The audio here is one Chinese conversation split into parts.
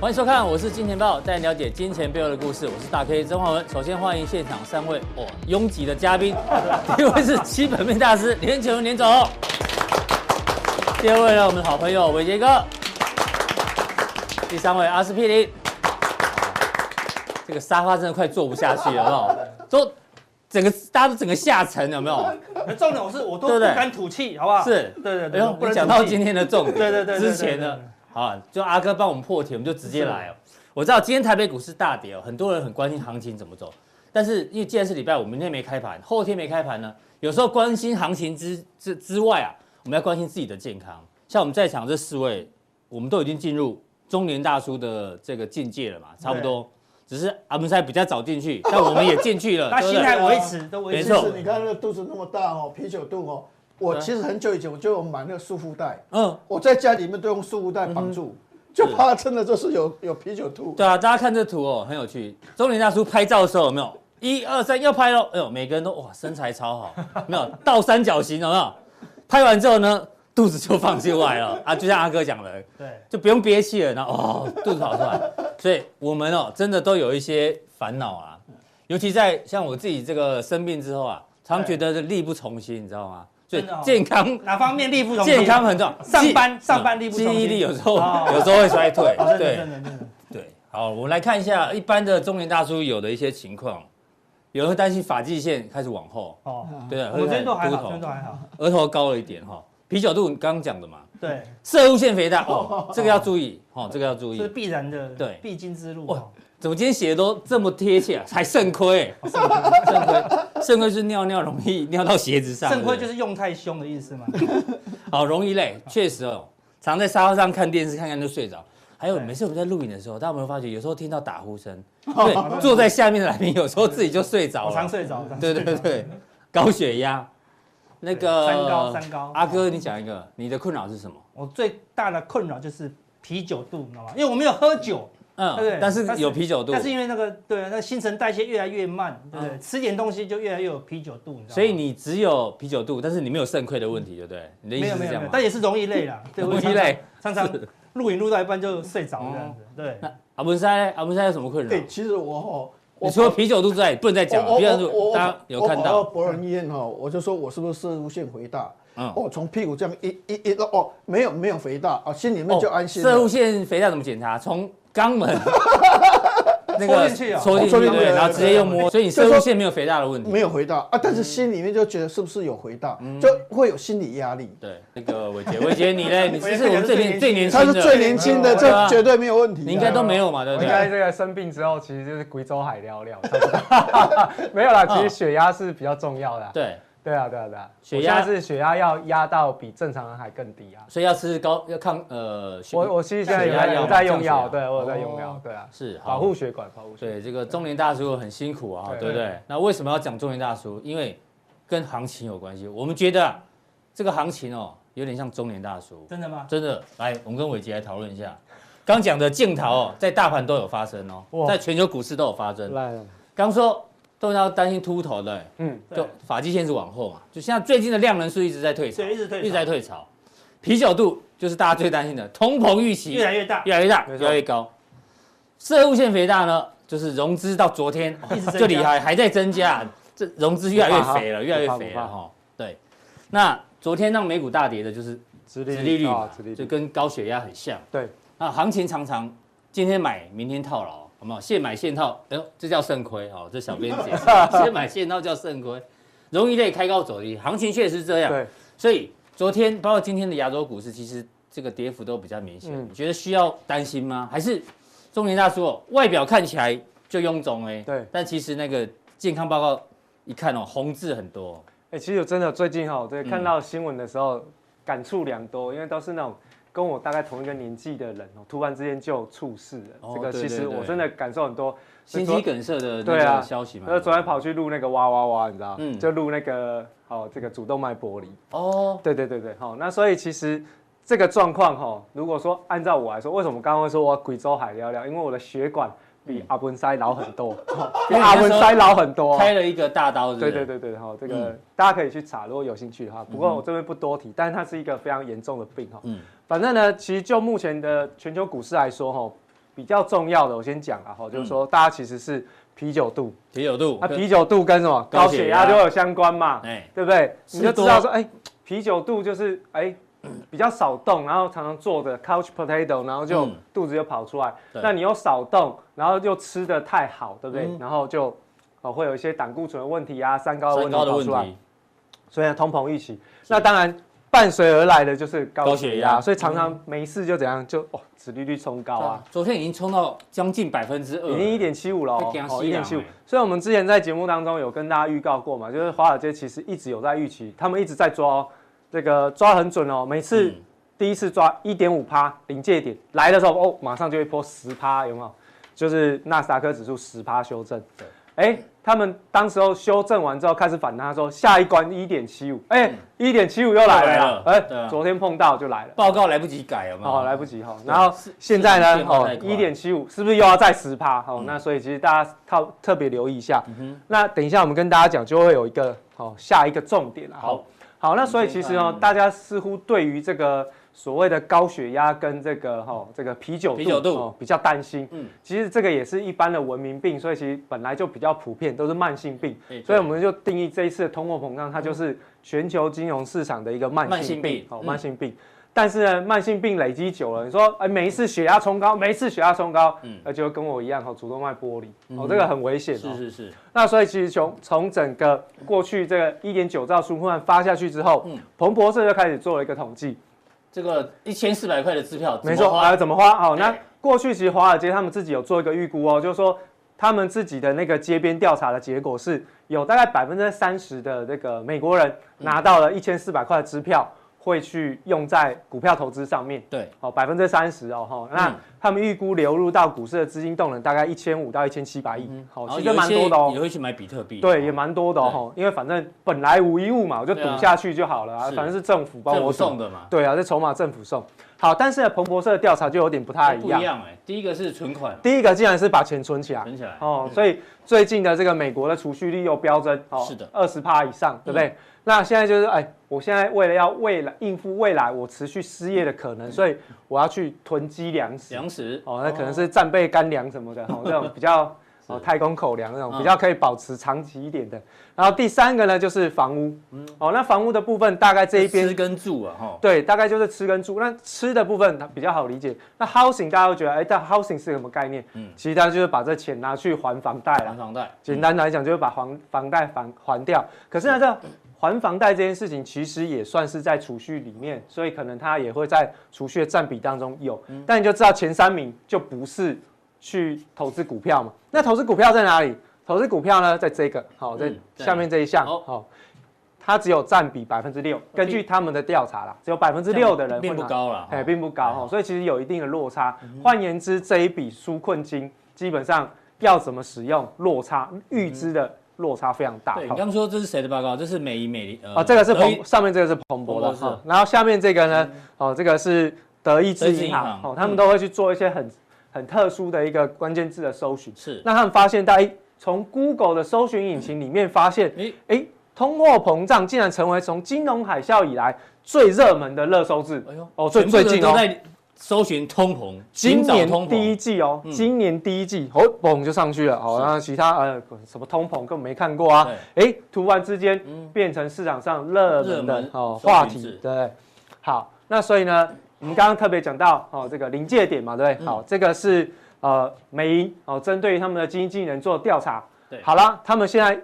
欢迎收看，我是金钱豹，带你了解金钱背后的故事。我是大 K 曾焕文。首先欢迎现场三位哦拥挤的嘉宾，第一位是基本面大师连球连总，第二位呢我们的好朋友伟杰哥，第三位阿司匹林。这个沙发真的快坐不下去了，好不好？都整个大家都整个下沉，有没有？可重点我是我都对不不对敢吐气，好不好？是对对哎对，呦，不你能讲吐到气今天的重点，对对对对之前呢，好啊，就阿哥帮我们破题，我们就直接来哦。我知道今天台北股市大跌哦，很多人很关心行情怎么走，但是因为既然是礼拜五，明天没开盘，后天没开盘呢，有时候关心行情之之之外啊，我们要关心自己的健康。像我们在场这四位，我们都已经进入中年大叔的这个境界了嘛，差不多。只是阿文塞比较早进去，但我们也进去了， 那对不心对？啊态维持都维没持错住，就是你看那个肚子那么大哦，啤酒肚哦。我对其实很久以前我就有买那个束缚带，嗯，我在家里面都用束缚带绑住，就怕真的就是有有啤酒肚。对啊，大家看这图哦，很有趣。中年大叔拍照的时候有没有？一二三，要拍喽！哎呦，每个人都哇身材超好，有没有倒三角形，有没有？拍完之后呢，肚子就放出来了啊，就像阿哥讲的，对，就不用憋气了，然后哦，肚子跑出来。所以我们哦，真的都有一些烦恼啊，尤其在像我自己这个生病之后啊，常觉得力不从心，你知道吗？所以真的哦健康哪方面力不从心健康很重要，上班记上班力不从心记忆力有时候哦有时候会衰退哦，真的对真。的真的，对，好，我们来看一下一般的中年大叔有的一些情况，有人会担心发际线开始往后，哦，对，啊我会这开始边都还秃好，头这边都还好，额头高了一点哈，啤酒肚你刚刚讲的嘛，对，射入腺肥大 哦，这个要注意哦，这个要注这是意。必然的，对必经之路。哇哦怎么今天写的都这么贴切啊？还肾 亏，肾亏，肾亏是尿尿容易尿到鞋子上，肾亏就对不是用太凶的 意思嘛，对好容易累，确实哦，常在沙发上看电视看看就睡着。还有对每次我们在录影的时候，大家有没有发觉，有时候听到打呼声，哦对，坐在下面的来宾有时候自己就睡着我了。常睡着。我常对对对，高血压，那个三高三高阿哥，你讲一个，你的困扰是什么？我最大的困扰就是啤酒肚，你知道吗？因为我没有喝酒，嗯对，但是但是有啤酒肚但，是因为那个对，那新陈代谢越来越慢，对不对？哦嗯吃点东西就越来越有啤酒肚，你知道吗？所以你只有啤酒肚，但是你没有肾亏的问题，对不对？你的意没有思是没这有样没有吗，？但也是容易累啦，对，我容易常常累，哦常常录影录到一半就睡着这样子，对。那阿文山呢，阿文山有什么困哎、扰？其实我哦，你除了啤酒肚之外，不能再讲了。啤酒肚大家有看我跑到到，博仁医院哦，我就说我是不是射入腺肥大？嗯哦，从屁股这样一一一哦，没有没有肥大哦，心里面就安心了。射入腺肥大怎么检查？从肛门那戳个进去啊戳进去，哦戳进去对，然后直接用摸，所以你射入就说腺没有肥大的问题。没有回答啊，嗯但是心里面就觉得是不是有回答，就会有心理压力。对，那个伟杰，伟杰你嘞？你伟杰是我们是最最年年最年轻的，轻他是最年轻的，对啊这绝对没有问题啊。你应该都没有嘛，对我不应该对？这个生病之后，其实就是贵州海聊聊，差不多 没有啦。哦其实血压是比较重要的啊。对，对啊，对啊，对啊。血血压压是血压要压到比正常人还更低啊。所以要吃高要抗呃，血我我其实现在血压药有嘛有在降用血压药，对我有在用药哦，对啊，是好保护血管，保护血管。对这个中年大叔很辛苦啊，对对不对？那为什么要讲中年大叔？因为跟行情有关系。我们觉得啊这个行情哦，有点像中年大叔，真的吗？真的。来，我们跟伟杰来讨论一下。刚讲的镜头哦，在大盘都有发生哦，哇在全球股市都有发生。烂了，刚说都要担心秃头的、嗯，就对，法际线是往后嘛，就现在最近的量能数一直在退潮，对一直退潮一直在退潮。啤酒肚就是大家最担心的，通膨预期越来越大，越来越大，没越错来越高。社务线肥大呢，就是融资到昨天 一直增加就厉害，还在增加，这融资越来越肥了，不怕哈越来越肥不怕了不哈。对，那昨天让美股大跌的就是直殖利率嘛啊，直利就率，跟高血压很像。对，那行情常常今天买，明天套牢，好不好？现买现套，哎呦，这叫肾亏哦。这小编 解释，现买现套叫肾亏，容易类开高走低，行情确实是这样。对，所以昨天包括今天的亚洲股市，其实这个跌幅都比较明显。嗯你觉得需要担心吗？还是中年大叔、哦、外表看起来就臃肿哎，对但其实那个健康报告一看哦，红字很多哦。哎，其实我真的最近哈，嗯对，看到新闻的时候感触良多，因为都是那种跟我大概同一个年纪的人哦，突然之间就猝逝哦了，这个对其对实对我真的感受很多。心肌梗塞的那对啊个消息嘛，然后昨天跑去录那个哇哇哇，你知道，嗯就录那个哦，这个主动脉剥离。哦，对对对对，好、那所以其实这个状况哈、哦，如果说按照我来说，为什么刚刚会说我贵州海聊聊？因为我的血管嗯比阿文塞老很多， 哦比阿文塞老很多。开了一个大刀是不哦对是，对对对，好、这个、嗯大家可以去查，如果有兴趣的话。不嗯过哼我这边不多提，但是它是一个非常严重的病哈、哦。嗯反正呢，其实就目前的全球股市来说，哈，哦比较重要的，我先讲啊，哈，就是说大家其实是啤酒肚，啤酒肚啊，，啤酒肚跟什么高高血血压压就有相关嘛，哎，对不对？吃你就知道说，哎，啤酒肚就是哎比较少动，然后常常坐着 couch potato，然后就嗯肚子就跑出来。对嗯那你又少动，然后又吃的太好，对不对？然后就哦会有一些胆固醇的问题啊，三高的三问高题的跑问出来，题，所以呢通膨一起。那当然伴随而来的就是高高血血压嗯压，所以常常没事就怎样就哦，脂利率冲高啊。昨天已经冲到将近百分之二，已经一点七五了会哦，惊死哦，一人点七五欸。所以我们之前在节目当中有跟大家预告过嘛，就是华尔街其实一直有在预期，他们一直在抓哦，这个抓很准哦，每次嗯第一次抓一点五趴临界点来的时候，哦，马上就会破十趴，有没有？就是纳斯达克指数十趴修正。对。哎，他们当时候修正完之后开始反弹，他说下一关一点七五，哎，一点七五又嗯又来了啦，来了对啊哎，昨天碰到就来了。报告来不及改，有没有？哦，来不及哈。对然后是现在是嗯呢，变化哦太，快一点七五是不是又要再十趴？哦，那所以其实大家特特别留意一嗯下。那等一下我们跟大家讲，就会有一个哦下一个重点了。哦好，好，那所以其实哦嗯，大家似乎对于这个所谓的高血压跟这个哈这个啤酒啤酒肚哦比较担心。嗯嗯，其实这个也是一般的文明病，所以其实本来就比较普遍，都是慢性病。哎，所以对我们就定义这一次的通货膨胀，它就是全球金融市场的一个慢性慢性病病，好、嗯慢性病。但是呢，慢性病累积久了，你说，哎、每一次血压冲高，每一次血压冲高，嗯那就跟我一样，哈、主动脉剥离，嗯哦，这个很危险哦是。是是，那所以其实从从整个过去这个一点九兆纾困案发下去之后，嗯彭博社就开始做了一个统计，这个一千四百块的支票怎么没错，花哎啊，怎么花？好，那对过去其实华尔街他们自己有做一个预估哦，就是说他们自己的那个街边调查的结果是有大概百分之三十的那个美国人拿到了一千四百块的支票，会去用在股票投资上面。对，哦，百分之三十哦，哈、那嗯他们预估流入到股市的资金动能大概一千五到一千七百亿，好、然后嗯其有实一蛮些多的哦也。会去买比特币，对，也蛮多的哦，吼因为反正本来无一物嘛，我就对啊赌下去就好了啊，是反正是政府帮政我府赌送的嘛，对啊，这筹码政府送。好，但是呢彭博社的调查就有点不太一不样一。样哎，第一个是存款第一个竟然是把钱存起来存起来，嗯哦，所以最近的这个美国的储蓄率又飙升哦，是的嗯二十趴以上，对不对？那现在就是哎，我现在为了要未来应付未来我持续失业的可能，所以我要去囤积粮食。嗯粮食哦，那可能是战备干粮什么的， 哦，这种比较哦太空口粮那种嗯比较可以保持长期一点的。然后第三个呢就是房屋，嗯哦，那房屋的部分大概这一边吃跟住啊，哈，对，大概就是吃跟住。那吃的部分它比较好理解。那 housing 大家会觉得，哎，但 housing 是什么概念？嗯其实它就是把这钱拿去还房贷还啦。房贷，简单来讲，就是把房房贷还还掉。可是呢，这还房贷这件事情，其实也算是在储蓄里面，所以可能它也会在储蓄的占比当中有。嗯但你就知道前三名就不是去投资股票嘛。那投资股票在哪里？投资股票呢，在这个好，在嗯在下面这一项好好，它只有占比百分之六。根据他们的调查啦，只有百分之六的人会并不拿高了，哎，哈并不高哈，所以其实有一定的落差。嗯换言之，这一笔纾困金基本上要怎么使用，落差预支的落差非常大。嗯对你好刚刚说这是谁的报告？这是美银美林呃啊，这个是德意彭，上面这个是彭博彭博的是嗯哈，然后下面这个呢，哦，这个是德意德志意志银银行行哦，他嗯们都会去做一些很很特殊的一个关键字的搜寻。是那他们发现到，哎，从 Google 的搜寻引擎里面发现，嗯诶哎，通货膨胀竟然成为从金融海啸以来最热门的热搜字哎呦，哦，最全部的最近都哦。在搜寻通膨，今寻找年通第一膨，季哦，嗯今年第一季哦，嘣就上去了哦。那其他呃什么通膨根本没看过啊，哎，突然之间变成市场上热嗯热门门的哦搜寻话字题，对。好，那所以呢，我们刚刚特别讲到哦，这个临界点嘛，嗯对不对？好，这个是呃美银哦，针对他们的基金经理人做调查对。好了，他们现在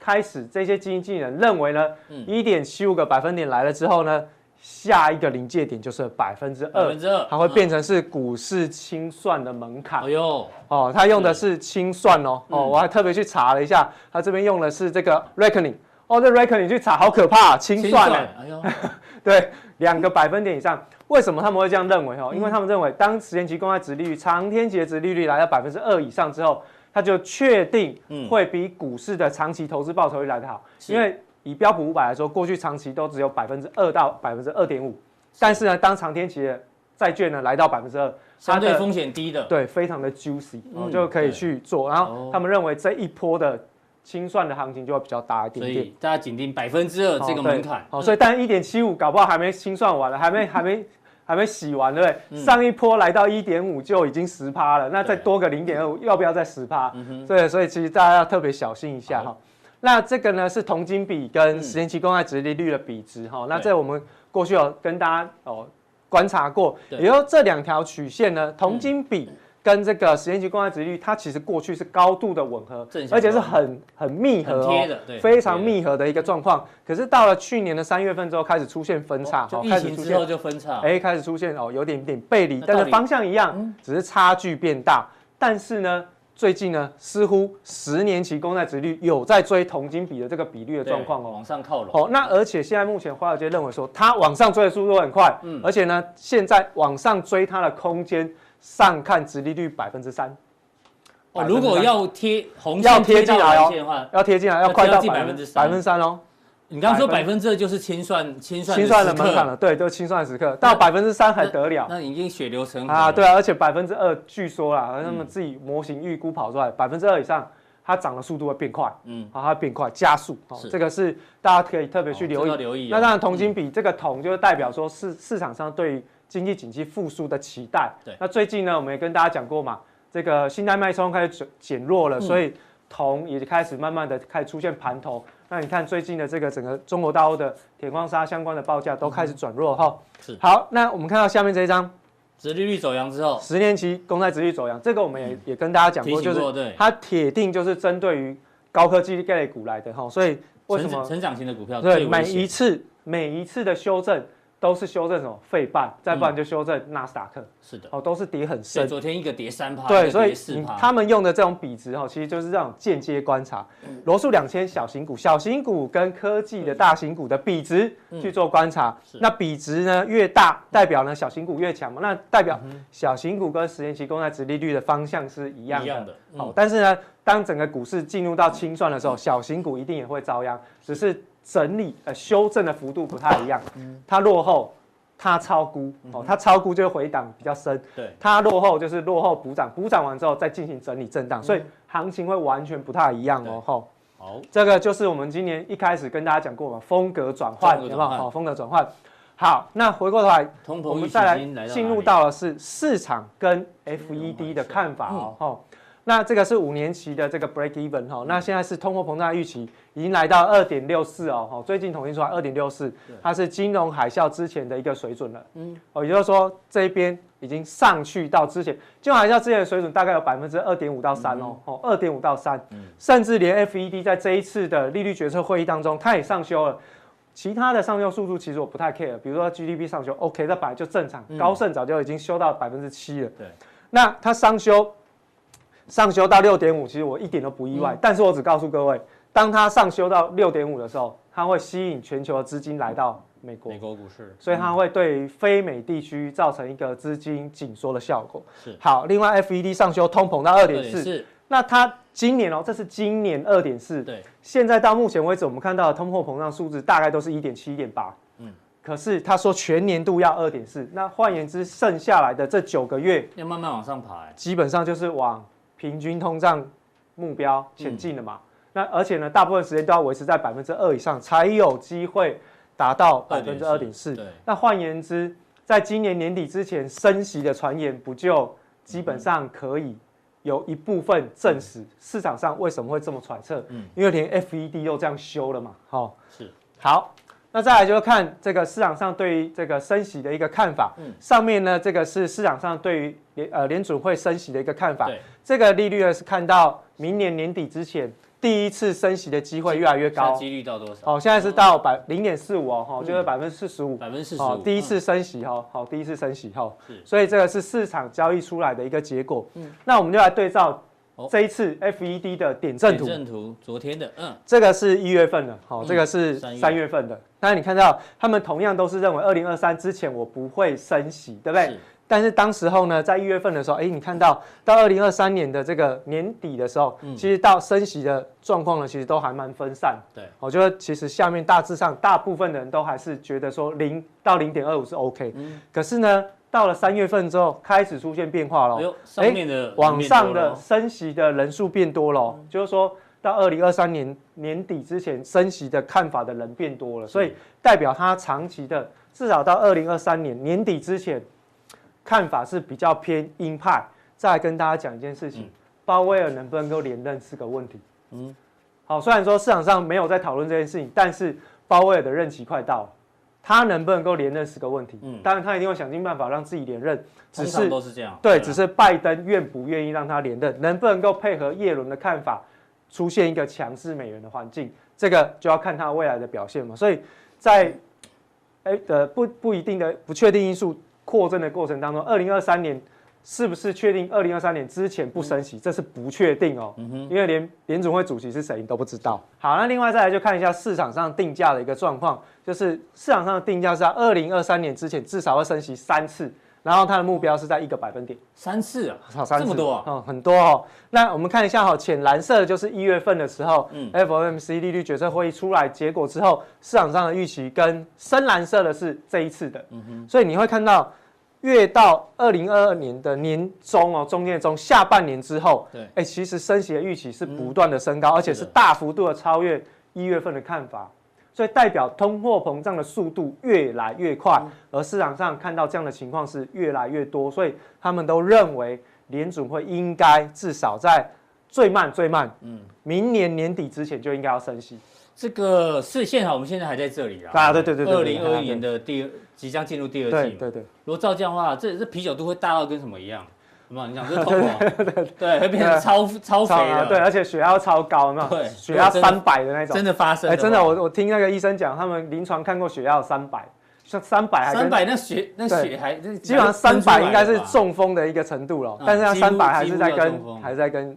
开始这些基金经理人认为呢嗯，一点七五个百分点来了之后呢，下一个临界点就是百分之百二分。之二，它会变成是股市清算的门槛嗯，哎呦，哦，它用的是清算哦，哦，我还特别去查了一下，它这边用的是这个 reckoning，哦，这 reckoning 去查好可怕，清算欸呢，哎呦，对，两嗯个百分点以上，为什么他们会这样认为哦？因为他们认为当十年期公开值利率、长天期的值利率来到百分之二以上之后，它就确定嗯会比股市的长期投资报酬率来得好，是因为以标普五百来说，过去长期都只有百分之二到百分之二点五，但是呢，当长天期的债券呢来到百分之二，相对它的风险低的，对，非常的 juicy，哦嗯就可对以去做。然哦后他们认为这一波的清算的行情就会比较大一所点点以。大家紧盯百分之二哦这个对门槛，嗯哦，所以但一点七五搞不好还没清算完了，还没还没还没洗完，对不对？上一波来到一点五就已经十趴了，那再对嗯多个零点二五，要不要再十趴？哼对，所以其实大家要特别小心一下好哈。那这个呢是同金比跟嗯十年期公债殖利率的比值哈、那对这我们过去有跟大家哦观察过，对嗯也就是这两条曲线呢，同金比跟这个十年期公债殖利率，它其实过去是高度的吻合正，相而且是关很很密合、很哦，贴的，对，非常很贴密合的一个状况。可是到了去年的三月份之后，开始出现分的。叉，就哦疫开始情出之现后就分叉，哎，开始出现哦，有点点背离那，到但底是方向一样嗯，只是差距变大。但是呢，最近呢，似乎十年期公债值率有在追同金比的这个比率的对状况哦。往上靠拢，哦，那而且现在目前华尔街认为说，它往上追的速度很快，嗯而且呢，现在往上追它的空间上看殖利率百分之三，哦，如果要贴红要线贴到进来哦蓝线的话，要贴近来，要要快到接近百分之3%百分之三哦。你刚刚说百百分之二就是清算清算清算的的时门槛刻，了，对，就清算时刻到百分之三还得了那已经血流成河啊？了对，啊，而且百分之二，据说啦，嗯他们自己模型预估跑出来，百分之二以上，它涨的速度会变快，嗯，好，它会变快加速，哦是，这个是大家可以特别去哦留这意。要留意哦那当然，铜金比这个铜就是代表说市市场上对于经济景气复苏的期待。对那最近呢，我们也跟大家讲过嘛，这个信贷脉冲开始减减弱了，嗯所以铜也开始慢慢的开始出现盘头。那你看最近的这个整个中国大陆的铁矿砂相关的报价都开始转弱哈。嗯是好，那我们看到下面这一张殖利率走阳之后，十年期公债殖利率走阳，这个我们也、也跟大家讲嗯提过，就醒是过对，它铁定就是针对于高科技概念股来的哈，所以为什成么成长型的股票对最每危一险？次每一次的修正都是修正什么费半，再嗯不然就修正纳斯达克，是的，哦都是跌很所以深。昨天一个跌三趴，对，一所个以跌四嗯你趴，他们用的这种比值哈，其实就是这种间接观察，罗素两千小型股、小型股跟科技的大型股的比值嗯去做观察。是嗯那比值呢越大，代表呢小型股越强嘛，那代表小型股跟十年期公债殖利率的方向是一样一的样。的，好、嗯但是呢，当整个股市进入到清算的时候，小型股一定也会遭殃，只是整理呃修正的幅度不太一样，它落后，它超估，哦，它超估就会回档比较深，嗯对，它落后就是落后补涨，补涨完之后再进行整理震荡，所以行情会完全不太一样嗯对哦，吼、好，这个就是我们今年一开始跟大家讲过嘛，风格转换，风格有没转有？换好、风格转换。好，那回过头来，通我膨预们期再已经来来到进哪入里到的是市场跟 FED 的看法嗯哦。吼那这个是五年期的这个 break even 哈、那现在是通货膨胀预期已经来到二点六四哦，哈，最近统计出来二点六四，它是金融海啸之前的一个水准了。嗯，哦，也就是说这一边已经上去到之前金融海啸之前的水准大概有百分之二点五到三嗯哦，哦，二点五到三，甚至连 FED 在这一次的利率决策会议当中，它也上修了。其他的上修速度其实我不太 care，比如说 GDP 上修，OK，那本来就正常，高盛早就已经修到百分之七了。对，那它上修，上修到六点五，其实我一点都不意外。但是我只告诉各位，当它上修到六点五的时候，它会吸引全球的资金来到美国美，国股市，所以它会对于非美地区造成一个资金紧缩的效果。是好，另外 FED 上修通膨到二点四，是，那它今年哦，这是今年二点四，对，现在到目前为止，我们看到的通货膨胀数字大概都是一点七、一点八。嗯嗯，可是他说全年度要二点四，那换言之，剩下来的这九个月，要慢慢往上爬，哎基本上就是往平均通胀目标前进了嘛。那而且呢，大部分时间都要维持在百分之二以上，才有机会达到百分之二点四。对，那换言之，在今年年底之前升息的传言，不就基本上可以有一部分证实市场上为什么会这么揣测？嗯因为连 FED 又这样修了嘛。好、是好，那再来就是看这个市场上对于这个升息的一个看法。嗯上面呢，这个是市场上对于联呃联准会升息的一个看法。对，这个利率呢是看到明年年底之前第一次升息的机会越来越下高。几率到多少？哦，现在是到百零点四五哦，哈、就是嗯百分之四十五。百分之四十好，五，哦第一次嗯升息哈，好，第一次升息哈是，嗯所以这个是市场交易出来的一个结果。那我们就来对照哦这一次 FED 的点阵图点，阵图，嗯昨天的，嗯，这个是一月份的，好，嗯这个是三月三月份的。那你看到他们同样都是认为二零二三之前我不会升息，对不对？是？但是当时候呢，在一月份的时候，哎，你看到到二零二三年的这个年底的时候，嗯其实到升息的状况呢，其实都还蛮分散。对，我觉得哦其实下面大致上大部分人都还是觉得说零到零点二五是 OK，、可嗯是呢，到了三月份之后开始出现变化哎了，呦，上面的往上的里面多了哦嗯升息的人数变多了哦，就是说到二零二三年年底之前升息的看法的人变多了，所以代表它长期的至少到二零二三年年底之前看法是比较偏鹰派。再来跟大家讲一件事情，鲍威尔能不能够连任是个问题。嗯嗯，好，虽然说市场上没有在讨论这件事情，但是鲍威尔的任期快到了，他能不能够连任是个问题。嗯当然他一定会想尽办法让自己连任，只通是常都是这样。对，啊只是拜登愿不愿意让他连任，能不能够配合耶伦的看法，出现一个强势美元的环境，这个就要看他未来的表现嘛。所以在哎呃不不一定的不确定因素扩增的过程当中，二零二三年是不是确定二零二三年之前不升息，这是不确定哦，因为连联总会主席是谁你都不知道。好，那另外再来就看一下市场上定价的一个状况，就是市场上的定价是在二零二三年之前至少要升息三次。然后它的目标是在一个百分点，三次啊，好，三这次么多啊嗯，很多哦。那我们看一下哈、浅蓝色的就是一月份的时候，嗯 FOMC 利率决策会议出来结果之后，市场上的预期跟深蓝色的是这一次嗯的，所以你会看到。越到二零二二年的年中哦，中间的中下半年之后，对嗯哎，其实升息的预期是不断的升高，而且是是的大幅度的超越一月份的看法，所以代表通货膨胀的速度越来越快，嗯而市场上看到这样的情况是越来越多，所以他们都认为联准会应该至少在最慢最慢，嗯，明年年底之前就应该要升息。这个是幸好我们现在还在这里啊。啊对对对对二对零二一年的第二即将进入第二对季嘛。对对，如果照这样的话，这这啤酒肚会大到跟什么一样？有没有？你 想这痛吗？对，会变成超超肥啊对，的，而且血压要超高，有没有？对血压如果真三百的那种真。的发生哎，话。真的，我我听那个医生讲，他们临床看过血压有三百，像三百还跟三百那血那血对还那基本上三喷出来百了应该是吧中风的一个程度了嗯，但是他几乎三百还是几在乎要中跟风还是在跟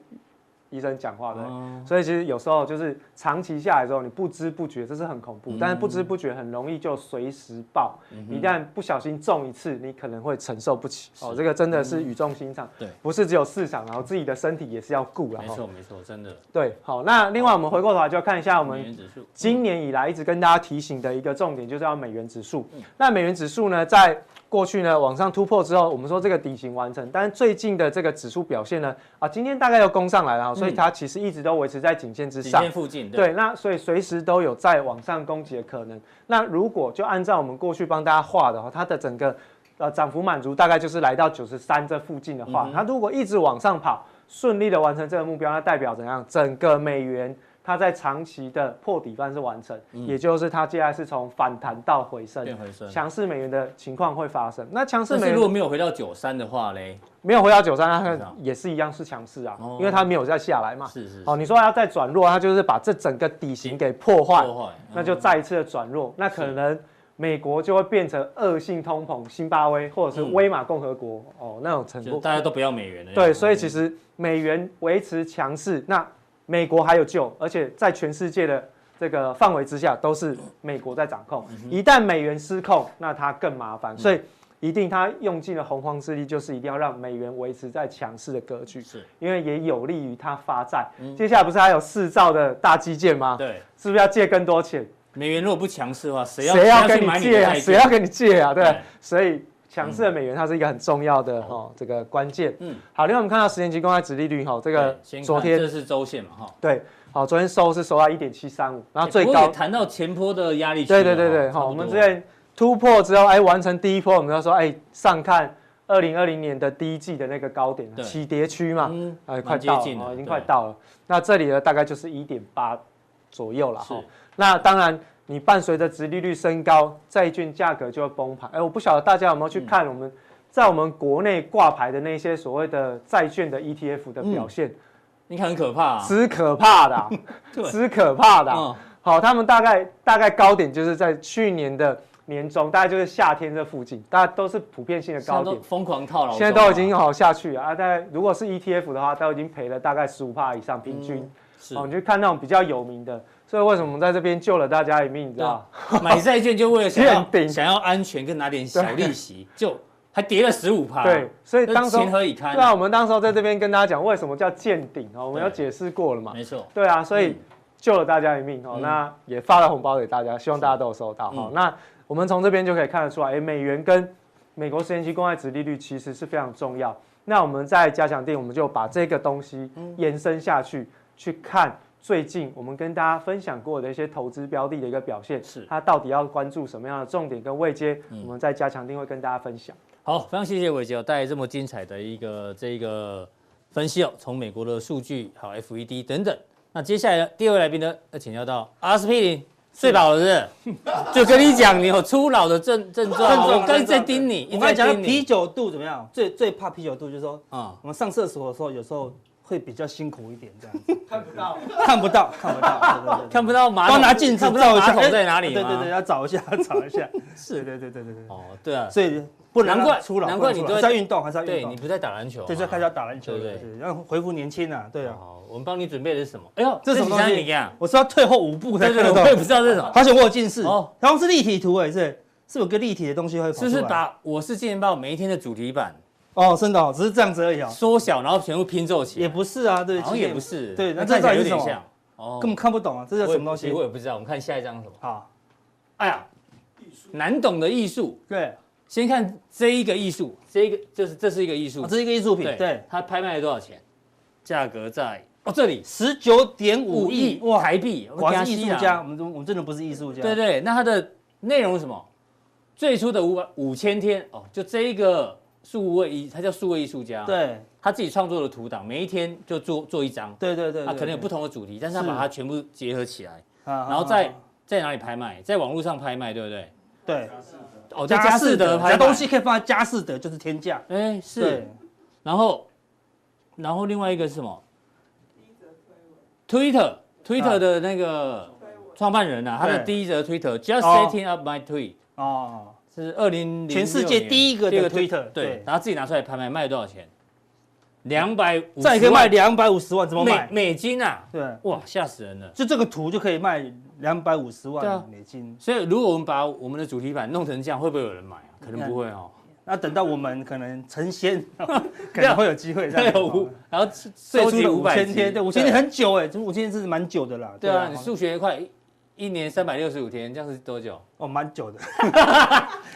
医生讲话的，哦所以其实有时候就是长期下来之后，你不知不觉这是很恐嗯怖，但是不知不觉很容易就随时爆，一旦不小心中一次，你可能会承受不起哦，这个真的是语重心长，嗯对不是只有市场，然后自己的身体也是要顾了，没哦错没错，真的。对，好，那另外我们回过头来就看一下我美们元指数今年以来一直跟大家提醒的一个重点，就是要美元指数。那美元指数呢，在过去呢往上突破之后，我们说这个底型完成，但是最近的这个指数表现呢，啊，今天大概又攻上来了，所以它其实一直都维持在颈线之颈上线。附近，对，那所以随时都有在往上攻击的可能。那如果就按照我们过去帮大家画的话，它的整个呃涨幅满足大概就是来到九十三这附近的嗯话，它如果一直往上跑，顺利的完成这个目标，那代表怎样？整个美元它在长期的破底翻是完成，也就是它接下来是从反弹到回升，嗯变回升。强势美元的情况会发生。那强势但美是如元果没有回到九三的话嘞，没有回到九三，是它啊也是一样是强势啊哦，因为它没有再下来嘛。是是是哦，你说要再转弱，它就是把这整个底型给破坏，破坏，嗯那就再一次的转弱，那可能美国就会变成恶性通膨，辛巴威或者是威玛共和国、哦那种程嗯就度。大家都不要美元了。对，所以其实美元维持强势，那美国还有救，而且在全世界的这个范围之下都是美国在掌控。嗯一旦美元失控，那它更麻烦，所以一定它用尽了洪荒之力，就是一定要让美元维持在强势的格局，是嗯因为也有利于它发债。接下来不是还有四兆的大基建吗？对是不是要借更多钱？美元如果不强势的话，谁要谁要跟去你买借的啊？债谁券嗯要跟你借啊？对对，所以强势的美元它是一个很重要的哈这个关键。嗯嗯，好，另外我们看到十年期公开值利率哈，这个对先看昨天这是周线嘛哈，哎对，好，昨天收是收到一点七三五，然后最不过也高，谈到前坡的压力区了对哈，对对对，差不好，多我们之前突破之后，哎，完成第一波，我们就说哎，上看二零二零年的第一季的那个高点对起跌区嘛，嗯哎，蛮快接到了近，哦了已经对快到了。那这里呢，大概就是一点八左右了是哈。哦那当然，你伴随着殖利率升高，债券价格就会崩盘。哎，我不晓得大家有没有去看我嗯们在我们国内挂牌的那些所谓的债券的 ETF 的嗯表现，你看很可怕啊，之可怕的啊 对，之可怕的啊。嗯好，他们大概大概高点就是在去年的年中，大概就是夏天这附近，大家都是普遍性的现在高都点。疯狂套牢中啊，现在都已经好下去了啊！大概如果是 ETF 的话，都已经赔了大概十五帕以上平均。嗯是哦，你去看那种比较有名的，所以为什么我们在这边救了大家一命，你知道？买债券就为 了想见要顶想要安全跟拿点小利 息，就还跌了十五趴，对，，所以那当时候情何以堪啊对啊，我们当时候在这边跟大家讲为什么叫见顶哦，我们对有解释过了嘛？没错，对啊，所以嗯救了大家一命哦，那也发了红包给大家，希望大家都有收到哈、哦嗯那我们从这边就可以看得出来，哎，美元跟美国十年期公债值利率其实是非常重嗯要。那我们在加强定，我们就把这个东西延伸下去，去看最近我们跟大家分享过的一些投资标的的一个表现，是它到底要关注什么样的重点跟位阶，嗯我们在加强定会跟大家分享。好，非常谢谢伟杰哦带来这么精彩的一个这个分析哦，从美国的数据，好 FED 等等。那接下来呢，第二位来宾呢，要请教到阿司匹林。睡饱了是不是？就跟你讲，你有初老的症症 症状，状啊啊我刚才在盯你，我一刚才直讲在到盯啤你。酒肚怎么样？最最怕啤酒肚，就是说啊，我们上厕所的时候，有时候会比较辛苦一点，这样子 看不到，看不到，看不到，对对对 对看不到马桶，光拿镜子看不到照一马下，桶哎在哪里对对对，吗？要找一下， 找 一下。是，对对对对对对。哦，对啊，所以不能难怪让出老，难怪你不都能出老还是要运动，还是要对运你动。不在打篮球啊吗，对，就开始要打篮球了，对对不对对，让恢复年轻啊，对啊。好，哦我们帮你准备的是什么？哎呦，这是什么东西你看，我是要退后五步才对对对，看得我到也。不知道这是什么，好险我有近视，哦哦，然后是立体图哎，是是有个立体的东西会跑出就来，是把《我是金钱豹》每一天的主题版哦，真的哦，只是这样子而已哦，缩小，然后全部拼凑起来，也不是啊，对，好像其实也不是，对那那看起来有点这到底是什么像，哦根本看不懂啊，这叫什么东西我也？我也不知道，我们看下一张是什么？好，哎呀，难懂的艺术，对，先看这一个艺术，这一个这是这是一个艺术哦，这是一个艺术品，对，它拍卖了多少钱？价格在哦这里十九点五五亿亿哇，台币，我是艺惊术死啦家，我们我们真的不是艺术家，啊对对，那它的内容是什么？最初的五百五千天哦，就这一个数位艺，他叫数位艺术家，，对他自己创作的图档，每一天就做做一张，对对对，啊啊他可能有不同，同的主题，但是他是把它全部结合起来，然然后啊在在哪里拍卖？在网络上拍卖，对不对？对哦，在佳士得拍卖只要东西，可以放在佳士得就是天价，哎是对，然后然后另外一个是什么？Twitter Twitter 的那个创办人啊，他的啊对第一则 Twitter just 哦 setting up my tweet。哦，是二零全世界第一个的 Twitter，对对，然后自己拿出来拍卖，卖多少钱？两百五，这也可以卖两百五十万，怎么美买？美金啊！对。哇，吓死人了！就这个图就可以卖两百五十对啊万美金。所以如果我们把我们的主题版弄成这样，会不会有人买啊？可能不会哦。那等到我们可能 成仙，可能会有机 会这对样子。哦五，然后最收集初五五百千天，对，五千天很久哎，这五千天真是蛮久的啦。对啊，你数学快，一一年三百六十五天，这样是多久？哦，蛮久 的，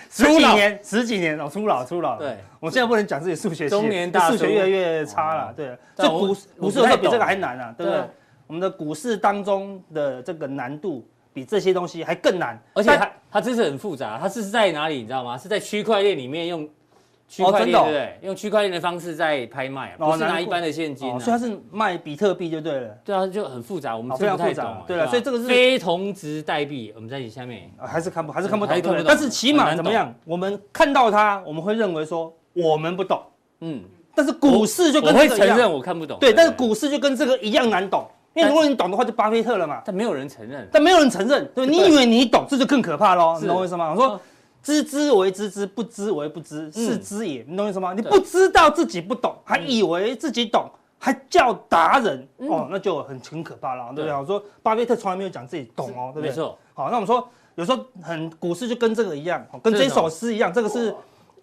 十初几老年，十几年哦，初老，初老。对，我现在不能讲自己数学系，中年大叔数学越来越差哦了。对，但这我股我股市不有太时候比这懂个还难啊，对不对对啊？我们的股市当中的这个难度比这些东西还更难，而且但它它真是很复杂，它是在哪里你知道吗？是在区块链里面用区块哦真链的对哦不对？用区块链的方式在拍卖啊，哦不是拿难一怪般的现金啊哦，所以它是卖比特币就对了。对啊，就很复杂，我们哦真的不太非常懂复杂啊。对吧了所以这个是非同值代币，我们在你下面。啊还是看不还是看不懂，还是看不懂对但是起码很难怎懂么样，我们看到它，我们会认为说我们不懂，嗯，但是股市就我跟会这个承一样认我看不懂。对，但是股市就跟这个一样难懂，因但为如果你懂的话，就巴菲特了嘛，但没有人承认。但没有人承认，对，你对以为你懂，这就更可怕喽，是你懂我意思吗？嗯我说。知之为知之，不知为不知，是知也。你懂我意思吗？你对嗯不知道自己不懂，还以为自己懂，还叫达人哦，那就很很可怕了，对不对对？我说巴菲特从来没有讲自己懂哦，对不没对？错，好，那我们说有时候很股市就跟这个一样，哦跟这这是什么首诗一样，这个是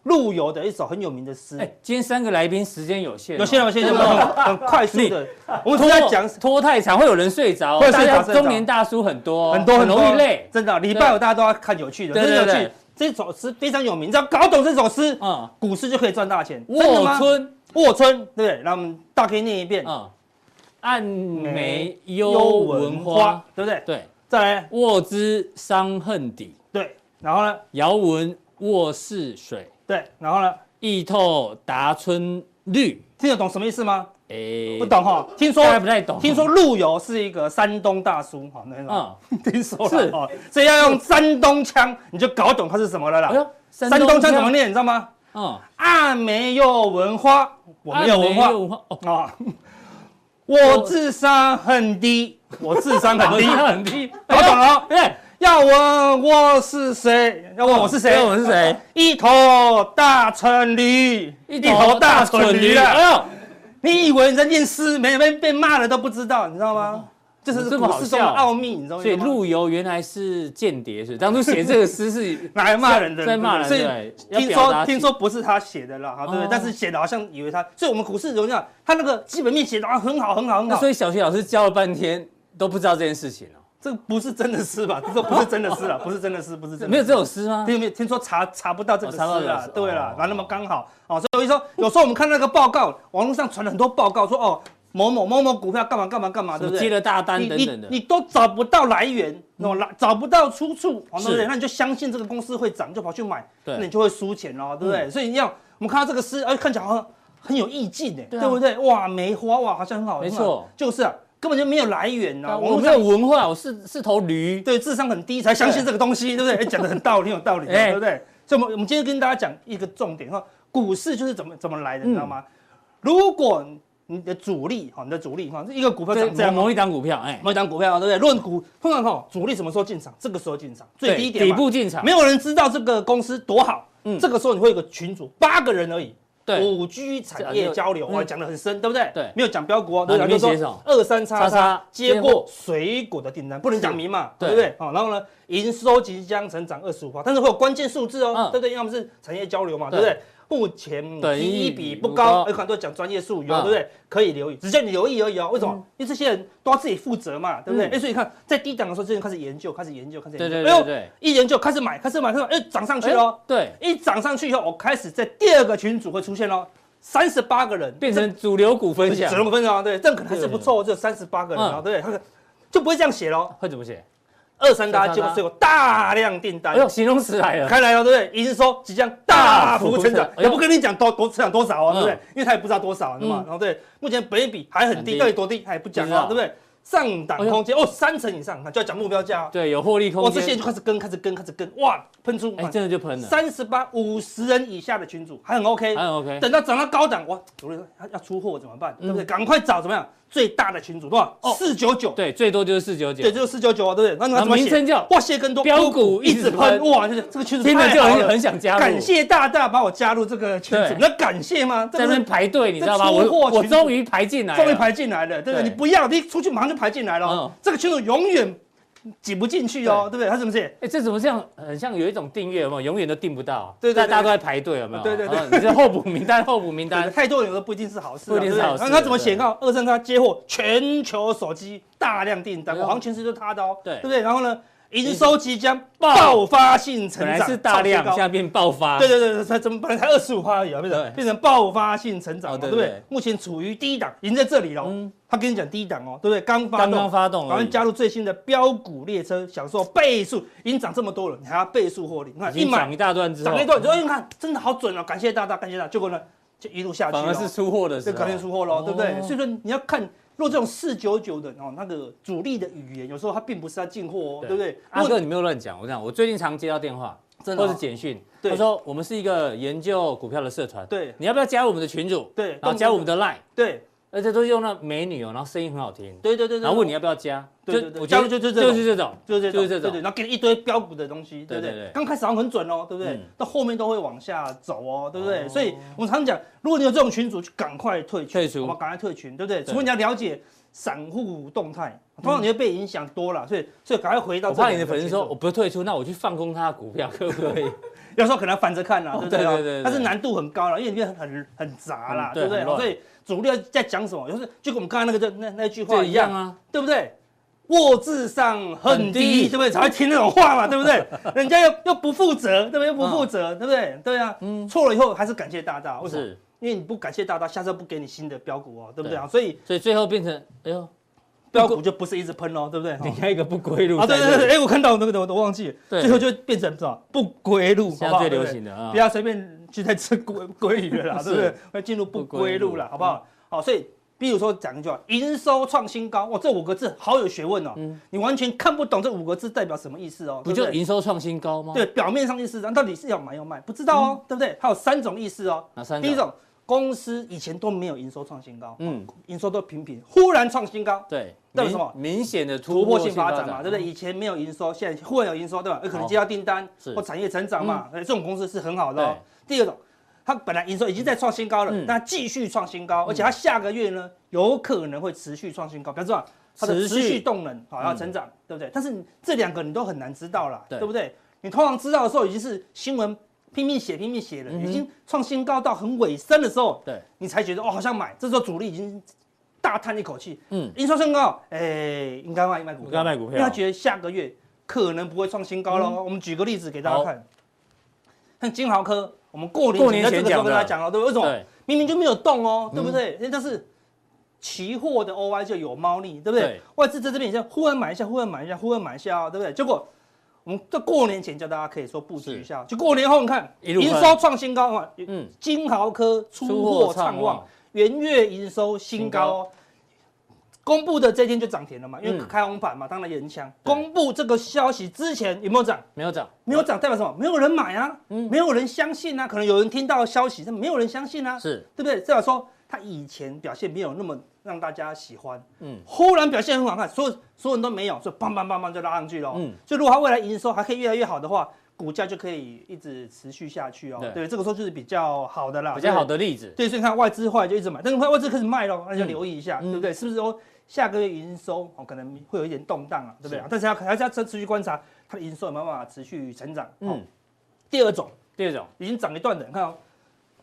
陆游的一首很有名的诗。哎，今天三个来宾时间有限哦，有些人有些人很很快速的，我们拖只在讲拖太长会有人睡着哦，会睡大着家睡着中年大叔很多哦，很多很容易多累。真的礼拜五大家都要看有趣的，对真对的对有趣。这首诗非常有名，只要搞懂这首诗，嗯，股市就可以赚大钱。真的卧吗？春，卧春，对不对？那我们大家可以念一遍。嗯，暗梅幽嗯幽闻闻花花，，对不对？对，再来，卧之伤恨底，对，然后呢？遥闻卧室水，对，然后呢？意透达春绿。听得懂什么意思吗？哎不懂哈。听说大家不太懂。听说陆游是一个山东大叔，哈，那种。啊， 听说了是哦，所以要用山东腔，你就搞懂它是什么了哎啦。呦，山东腔怎么？念，你知道吗？嗯，啊，没有文化，我没有文啊化哦，啊。我智商很低，我智商很很低低，很低，搞懂了哦。哎，要问我是谁？要问我是谁？哦要问我是谁？一头大蠢驴，哎啊呦，你以为你在念诗，没被被骂了都不知道，你知道吗？这是哦这么股好市中的笑啊奥秘，你知道吗？所以陆游原来是间谍，是不是当初写这个诗 是拿来骂人的，在骂人所以对要听表达说听说不是他写的啦，哈，对不哦对？但是写的好像以为他，所以我们股市怎么样？他那个基本面写的啊很好很好很那好所，以小学老师教了半天都不知道这件事情哦，这个不是真的诗吧？这个不是真的诗啦，不是真的诗，不是真的诗 没有这首诗吗？听没有？听说查查不到这个哦诗查不到这个啦诗，对啦哦，然后那么刚好哦，所以说有时候我们看那个报告，网络上传了很多报告说哦。某某某某股票干嘛干嘛干嘛，什对么不对？接了大单你等等你的，嗯你都找不到来源，哦，来找不到出处，哦，对不是对？那你就相信这个公司会涨，就跑去买，对嗯那你就会输钱哦，对不对？所以你要我们看到这个诗，哎，看起来好像很有意境哎，对啊对不对？哇，梅花哇，好像很好，没错很好就是啊，根本就没有来源啊，我们没有文化，我是是头驴。对智商很低才相信这个东西，对 不对？哎讲的很道理，很有道理，哎对不对？所以，我们我们今天跟大家讲一个重点哈，股市就是怎么怎么来的，你知道嗯吗？如果你的主力哈，你的主力哈，一个股票对涨这样哦某一档股票，哎，某一档股票，对不对？论股通常哈，主力什么时候进场？这个时候进场，最低点底嘛部进场，没有人知道这个公司多好。嗯这个时候你会有个群组，八个人而已。对，五 G 产这业嗯交流，哇，讲的很深，对不对？对没有讲标股哦，那对里不面对？就写什么说二三叉叉叉叉接接获过水果的订单，不能讲明嘛，对对不对？好，然后呢，营收即将成长二十五但是会有关键数字哦嗯，对不对？要么是产业交流嘛，对对不对？目前对第一一比比不不高，哎高有很多讲专业术语嗯哦，对不对？可以留意，只叫你留意而已哦。为什么？因为这些人都要自己负责嘛，对不对？嗯哎，所以你看，在低档的时候，这些人开始研究，开始研究，开始对研究，对哎对呦对，一研究开始买，开始买，开始买，哎，涨上去喽。哎对，一涨上去以后，我开始在第二个群组会出现咯，三十八个人变成主流股分享只，能分享，对，这样可能还是不错，只有三十八个人啊，嗯对不对？他可就不会这样写咯。会怎么写？二三大结果是有大量订单哎。呦，形容词来了， 开来了，对不对？营收即将大幅成长大哎幅成，长也不跟你讲多多成长多少啊，对不对嗯？因为他也不知道多少，对吗嗯？然后对，目前本益比还很很低低，到底多低，他也不讲不知道啊，对不对？上档空间哦，三成以上，那就要讲目标价啊。对，有获利哇，空这些就间，开始跟，开始跟，开始跟，哇，喷出，哎，真的就喷了，三十八五十人以下的群主还很 OK，还很 OK，嗯等到涨到高档，哇，主任要要出货怎么办？对不对？赶快找怎么样最大的群主多少？哦四九九，对，最多就是四九九对，，就是四九九啊，对不对？那你然后要怎么名写？称叫哇，谢更多标股一直喷哇，就是这个群主听着太就好很了，很想加入，感谢大大把我加入这个群对主，那感谢吗？在那对边不对排队，你知道吗？这我出货我群终于排进来了，终于排进来了，对不对？对你不要，你一出去马上就排进来了哦嗯，这个群主永远挤不进去哦，对不对？他怎么写？哎，这怎么像很像有一种订阅，有没有？永远都订不到，对对大对大家都在排队，有没有？对对对啊，你这候补名单，候补名对单，太多人都不一定是好事啊，不一定是对对好事然后他怎么对写？看二三他接获全球手机大量订单，哎我呦好像全世界都他的哦，对对不对？然后呢，营收即将爆发性成本长，来是大量，现创新在变爆发，高。对对对，对才怎么本来才二十五趴而已啊，变对成变成爆发性成哦长嘛，对对不对对？目前处于低档，已经在这里了哦嗯。他跟你讲低档哦，对不对？刚发刚刚动，发动而赶快已，加入最新的标股列车，享受倍数，已经涨这么多了，你还要倍数获利？你看已一经买涨一大段之后涨了一，段，你说哎，你看真的好准哦，感谢大大，感谢大大，结果呢就一路下去反了而。是出货的时这候，肯定出货喽，对不对？啊哦所以说你要看，若这种四九九的哦，那个主力的语言，有时候它并不是在进货哦，对不对？阿如果哥，你没有乱讲，我讲，我最近常接到电话，真的或哦是简讯，对他说我们是一个研究股票的社团，对你要不要加入我们的群组？对然后加入我们的 line，对而且都是用那美女哦，然后声音很好听，对对对对，然后问你要不要加，对就对对我觉得加入就就是这种是这种，就是就这种是这种对对，然后给你一堆标股的东西，对不对对对对？刚开始好像很准哦，对不对嗯？到后面都会往下走哦，对不对哦？所以我们常讲，如果你有这种群主，就赶快退群，退出好吧，赶快退群，对不对？对嗯除非你要了解散户动态，通常你会被影响多了，所以所以赶快回到我这怕两你的个粉丝群说组我不退出，那我去放空他的股票可不可以？有时候可能反着看啦，哦对不对啊？对对对对但是难度很高了，因为里面很很很杂啦嗯，对对不对？很乱所以主力在讲什么，就是就跟我们刚刚那个就那那句话这一一样样啊，啊， 对不对？卧智上很很低低，对不对？才会听那种话嘛， 对不对？人家又又不负责，对不对？又不负责，对不对？对啊，错了以后还是感谢大大，为什么？嗯是，因为你不感谢大大，下次不给你新的标股哦，对不对啊？对所以所以最后变成哎呦，标股就不是一直喷哦，对不对？你看一个不归路啊，对在对这对，里，哎，我看到那个，我都忘记了，对最后就变成什么不归路，现好在不好？最对流不对行的啊不，要随便去再吃鲑鲑鱼 了啦，是对不对？会进入不归路了，不归路嗯好不好？好，所以比如说讲一句话，营收创新高，哇，这五个字好有学问哦，你完全看不懂这五个字代表什么意思嗯哦，不对就对营收创新高吗？对，表面上意思，但到底是要买要卖，不知道哦，对不对？它有三种意思哦，嗯哪三第一种。公司以前都没有营收创新高，嗯嗯，营收都平平，忽然创新高，对，代表明什么明显的突突破破性性发发展展嗯嘛，对不对？？以前没有营收，现在忽然有营收，对吧？有可能好接到订单是嗯或产业成长嘛，哎，这种公司是很好的哦对。第二种，它本来营收已经在创新高了嗯，那继续创新高，而且它下个月呢有可能会持续创新高，表示啊它的持持续嗯续动能好要成长，对不对？但是你这两个你都很难知道啦，对对不对？你通常知道的时候已经是新闻拼命写拼命写了，嗯哼已经创新高到很尾声的时候，对，你才觉得哦好像买，这时候主力已经大叹一口气，嗯，营收升高，哎、应该卖卖股票，应该卖股票嗯因为他觉得下个月可能不会创新高喽、我们举个例子给大家看，像金豪科，我们过年过年前在这个时候前讲的嗯跟大家讲了，对不对？为什么对，明明就没有动哦，对不对？但是期货的 OI 就有猫腻，对不对？对外资在这边也是忽然买一下，忽然买一下，忽然买一下、哦，对不对？结果我们在过年前叫大家可以说布局一下，就过年后你看一路营喷收创新高啊，嗯，金豪科出货畅旺，，元月营收新高哦。公布的这一天就涨停了嘛，因为嗯开红盘嘛，当然也很强。对公布这个消息之前有没有涨？没有涨，没有涨代表什么？没有人买啊，没有人相信啊。可能有人听到消息，但没有人相信啊，是，对不对？代表说他以前表现没有那么让大家喜欢，嗯，忽然表现很好看，所有所有人都没有，所以砰砰砰砰就拉上去了。嗯所以如果它未来营收还可以越来越好的话，股价就可以一直持续下去哦。对对，这个时候就是比较好的啦，比较好啊的对例子，对，所以你看外资后来就一直买，但是外资开始卖了，那就嗯留意一下，嗯对不对？是不是说下个月营收哦可能会有一点动荡啊，对不对是？但是要还是要持持续观察它的营收有没有办法持续成长。嗯嗯，，第二种第二种已经涨一段的，你看哦，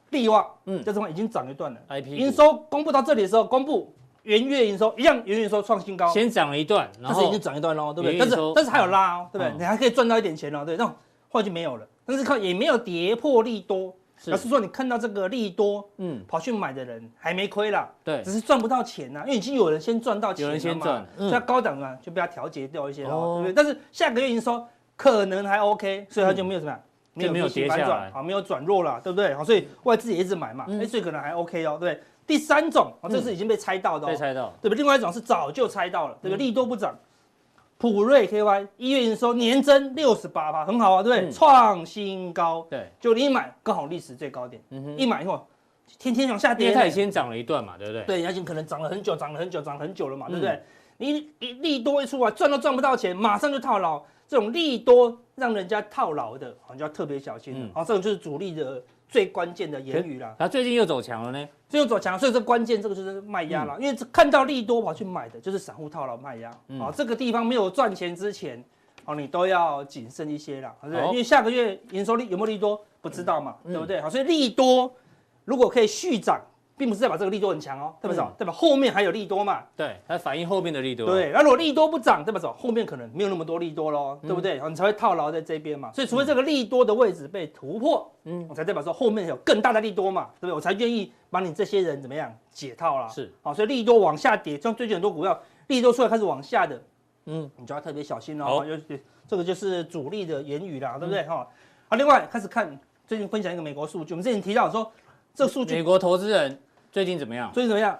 利旺，嗯嗯，这地方已经涨一段了。 IP 股营收公布到这里的时候，公布元月营收一样，元月营收创新高，先涨了一段，然但是已后经涨一段喽，对不对？元但月是营收但是还有拉哦，对嗯不对？你还可以赚到一点钱哦，对，那种后来就没有了。但是看也没有跌破利多，是而是说你看到这个利多。嗯，跑去买的人还没亏啦，对只，是赚不到钱呐、因为已经有人先赚到钱了有嘛，人先赚嗯所以它高档啊就被它调节掉一些了，哦对不对？但是下个月营收可能还 OK，所以它嗯就没有什么样。就没有逆袭跌反下转来好，没有转弱了，对不对？好，所以外资也一直买嘛，哎、嗯所以可能还 OK 哦，对不对。第三种，哦，这是已经被猜到的、哦，被猜到，对不对？另外一种是早就猜到了，对嗯不对？利多不涨，普瑞 KY 一月营收年增六十八趴，很好啊，对不对？嗯创新高，对，就你一买刚好历史最高点，嗯哼，一买以后天天往下因跌为呢，它也先涨了一段嘛，对不对？对，它已经可能涨了很久，涨了很久，涨了很久了嘛，嗯对不对？你一利多一出来，赚都赚不到钱，马上就套牢，这种利多让人家套牢的，好你就要特别小心了嗯。好、这种就是主力的最关键的言语啦。它最近又走强了呢，所以走强，所以这关键这个就是卖压啦，因为这看到利多跑去买的，就是散户套牢卖压。好、嗯这个地方没有赚钱之前，哦，你都要谨慎一些啦，对不对？好因为下个月营收利有没有利多不知道嘛，嗯对不对？好，所以利多如果可以续涨，并不是代表这个利多很强哦，代表什么？嗯代表后面还有利多嘛。对，它反映后面的利多，，对，那如果利多不涨，代表什么？后面可能没有那么多利多喽，嗯对不对？好你才会套牢在这边嘛。所以除非这个利多的位置被突破，嗯嗯，才代表说后面有更大的利多嘛，对不对？我才愿意把你这些人怎么样解套啦。哦是，好，所以利多往下跌，像最近很多股票利多出来开始往下的，嗯，你就要特别小心好嗯哦。就这个就是主力的言语啦，对不对？哈、好，另外开始看最近分享一个美国数据，我们之前提到说这数据美国投资人最近怎么样？最近怎么样？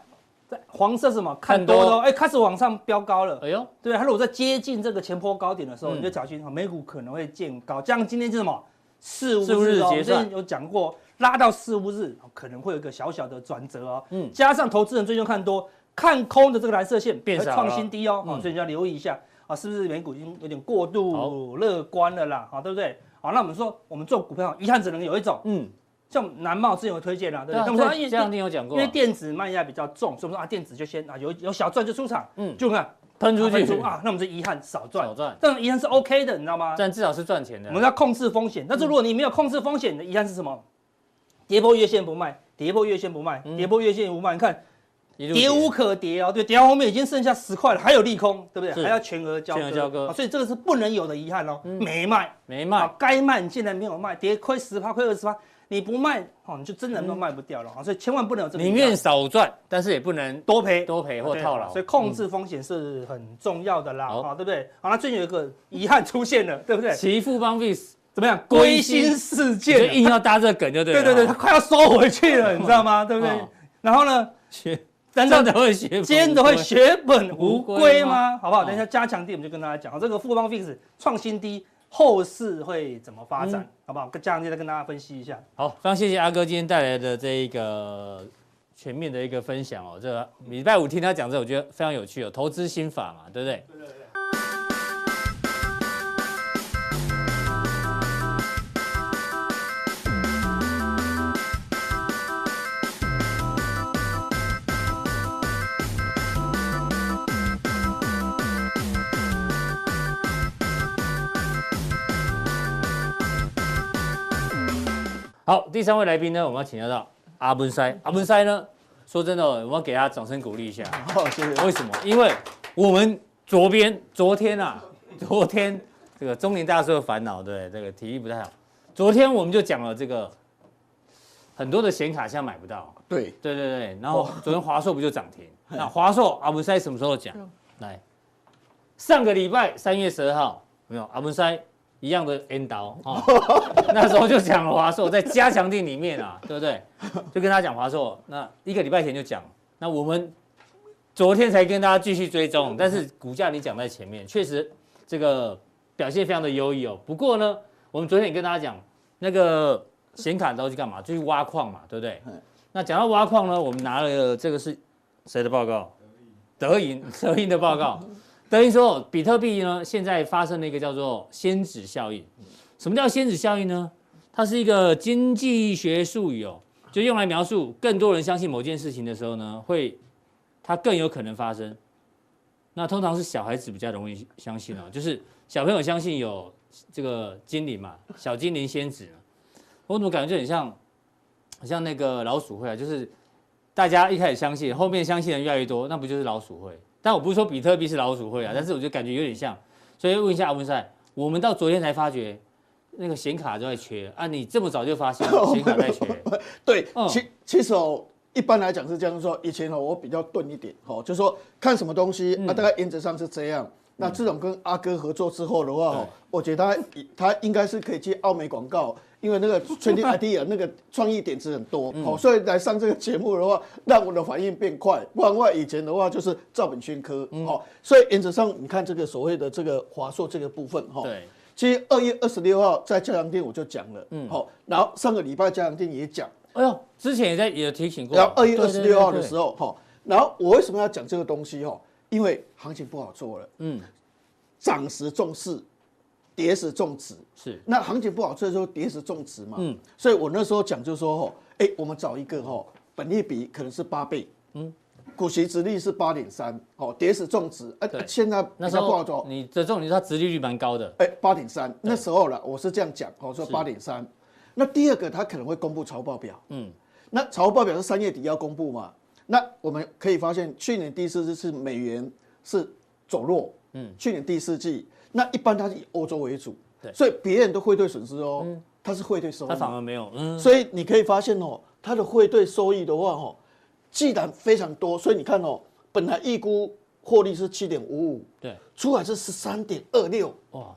在黄色是什么？看看多多喽，哎，开始往上飙高了。哎呦，对，它如果在接近这个前坡高点的时候，嗯你就小心哈，美股可能会见高。这样今天是什么？四五四五日日哦，结算我之前有讲过，拉到四五日哦可能会有一个小小的转折哦。嗯加上投资人最近看多看空的这个蓝色线变少了创新低哦，嗯哦所以你要留意一下啊，是不是美股已经有点过度乐观了啦？哦好，对不对？好，那我们说我们做股票，遗憾只能有一种，嗯，像南茂之前有推荐啦，对对啊，不对？那我们这说，哎因这样为你有讲因过为啊，电子卖压比较重，所以我们说啊，电子就先啊有有小赚就出场，嗯嗯，就看喷出去，啊，那我们就遗憾少赚少，赚，但遗憾是 OK 的，你知道吗？但至少是赚钱的我，们要控制风险，但嗯是如果你没有控制风险，你的遗憾是什么？跌破月线不卖，跌破月线不卖，嗯跌破月线不卖，你看一路跌无可跌哦，对，跌到后面已经剩下十块了，还有利空，对不是对？还要全额交割全额交割啊所以这个是不能有的遗憾哦，没卖，没啊卖，，该卖你竟然没有卖，跌亏十趴，亏二十趴，你不卖哦，你就真的都卖不掉了啊，所以千万不能有这个嗯遗宁憾，愿少赚，但是也不能多赔，多赔或啊对套牢，所以控制风险是很重要的啦，好啊，对不对？好，那最近有一个遗憾出现了，对不对？其富邦 vis 怎么样？归归心啊心似就箭硬了，要搭这个梗就对了，啊对对对，他快要收回去了，你知道吗？对不对哦？然后呢？学难道 真的会学，真的会血本无归吗？好不好？哦等一下加强地我们就跟大家讲，好这个富邦 fix 创新低，后市会怎么发展嗯？好不好？加强地再跟大家分析一下。好，非常谢谢阿哥今天带来的这一个全面的一个分享哦。这个礼拜五听他讲这，我觉得非常有趣哦，投资心法嘛，对不对？好，第三位来宾呢，我们要请教到阿文塞。阿文塞呢，说真的哦，我们要给他掌声鼓励一下。好，谢谢。为什么？因为我们昨边昨天啊，昨天这个中年大叔的烦恼，对这个体力不太好。昨天我们就讲了这个很多的显卡现在买不到。对，对对对，然后昨天华硕不就涨停？那华硕阿文塞什么时候讲？来，上个礼拜三月十二号，有没有阿文塞一样的 N 刀哦， 那时候就讲了华硕在加强定里面啊， 对不对？就跟他讲华硕，那一个礼拜前就讲，那我们昨天才跟大家继续追踪，但是股价你讲在前面，确实这个表现非常的优异哦。不过呢，我们昨天也跟大家讲，那个显卡刀去干嘛？就去挖矿嘛，对不对？那讲到挖矿呢，我们拿了这个是谁的报告？德银，德银的报告。德银说，比特币呢现在发生了一个叫做先指效应。什么叫先指效应呢？它是一个经济学术语哦，就用来描述更多人相信某件事情的时候呢，会它更有可能发生。那通常是小孩子比较容易相信哦，就是小朋友相信有这个精灵嘛，小精灵仙子。我怎么感觉就很像好像那个老鼠会啊，就是大家一开始相信，后面相信的人越来越多，那不就是老鼠会？但我不是说比特币是老鼠会啊，但是我就感觉有点像。所以问一下阿文赛，我们到昨天才发觉那个显卡都在缺啊，你这么早就发现显卡在缺， 对，嗯其其实哦，一般来讲是这样说，以前哦我比较钝一点，哦，就说看什么东西嗯啊，大概原则上是这样。那自从跟阿哥合作之后的话，哦对，我觉得他他应该是可以接澳美广告，因为 那个 trendy idea 那个创意点子很多，嗯哦，所以来上这个节目的话， 让我的反应变快。不然的话，以前的话就是照本宣科，嗯哦，所以原则上你看这个所谓的这个华硕这个部分，哈，对，其实二月二十六号在嘉良店我就讲了，嗯，好，然后上个礼拜嘉良店也讲，哎呦，之前也在也有提醒过，然后二月二哦对十六号的对对时候，哈，然后我为什么要讲这个东西哈？因为行情不好做了，嗯，涨时重视，跌时重值。是那行情不好做的时候，跌时重值嘛，嗯嗯，所以我那时候讲就是说，哈，哎，我们找一个哈，本利比可能是八倍，嗯，股息值率是八点三，哦，跌时重值，啊对，现在那比时较不好做候，你的重点是它殖利率蛮高的，哎，八点三，那时候了，我是这样讲，我说八点三。那第二个，他可能会公布财务报表，嗯嗯，那财务报表是三月底要公布嘛？那我们可以发现，去年第四季是美元是走弱，嗯，去年第四季，那一般它是以欧洲为主，对嗯所以别人都汇兑损失哦，它是汇兑收益它，反而没有，嗯，所以你可以发现哦，它的汇兑收益的话哦，既然非常多，所以你看哦，本来预估获利是七点五五，对，出来是十三点二六。哇，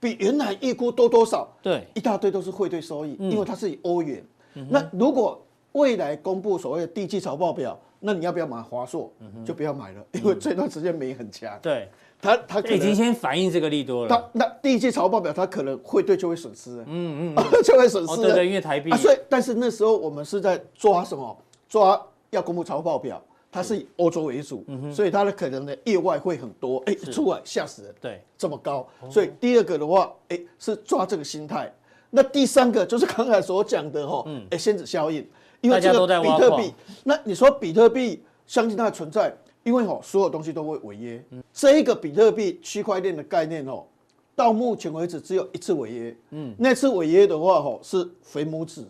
比原来预估多多少？对嗯一大堆都是汇兑收益，因为它是以欧元。那如果未来公布所谓的第一季财报表，那你要不要买华硕？嗯就不要买了，因为这段时间美很强，对，它它可已经能先反嗯映这个利多它了，那第一季财报表它可能汇兑就会损失，嗯嗯， 就会损哦失。对对，因为台币啊，，所以但是那时候我们是在抓什么？抓要公布财报表，它是以欧洲为主，嗯所以它的可能的意外会很多。哎，出来吓死人。对，这么高，哦所以第二个的话，哎，是抓这个心态。那第三个就是刚才所讲的哈，哎，仙子效应，因嗯为大家这都在个比挖特矿币，那你说比特币相信它的存在，因为哦，所有东西都会违约。嗯这一个比特币区块链的概念哦，到目前为止只有一次违约，嗯，那次违约的话哦，是肥拇指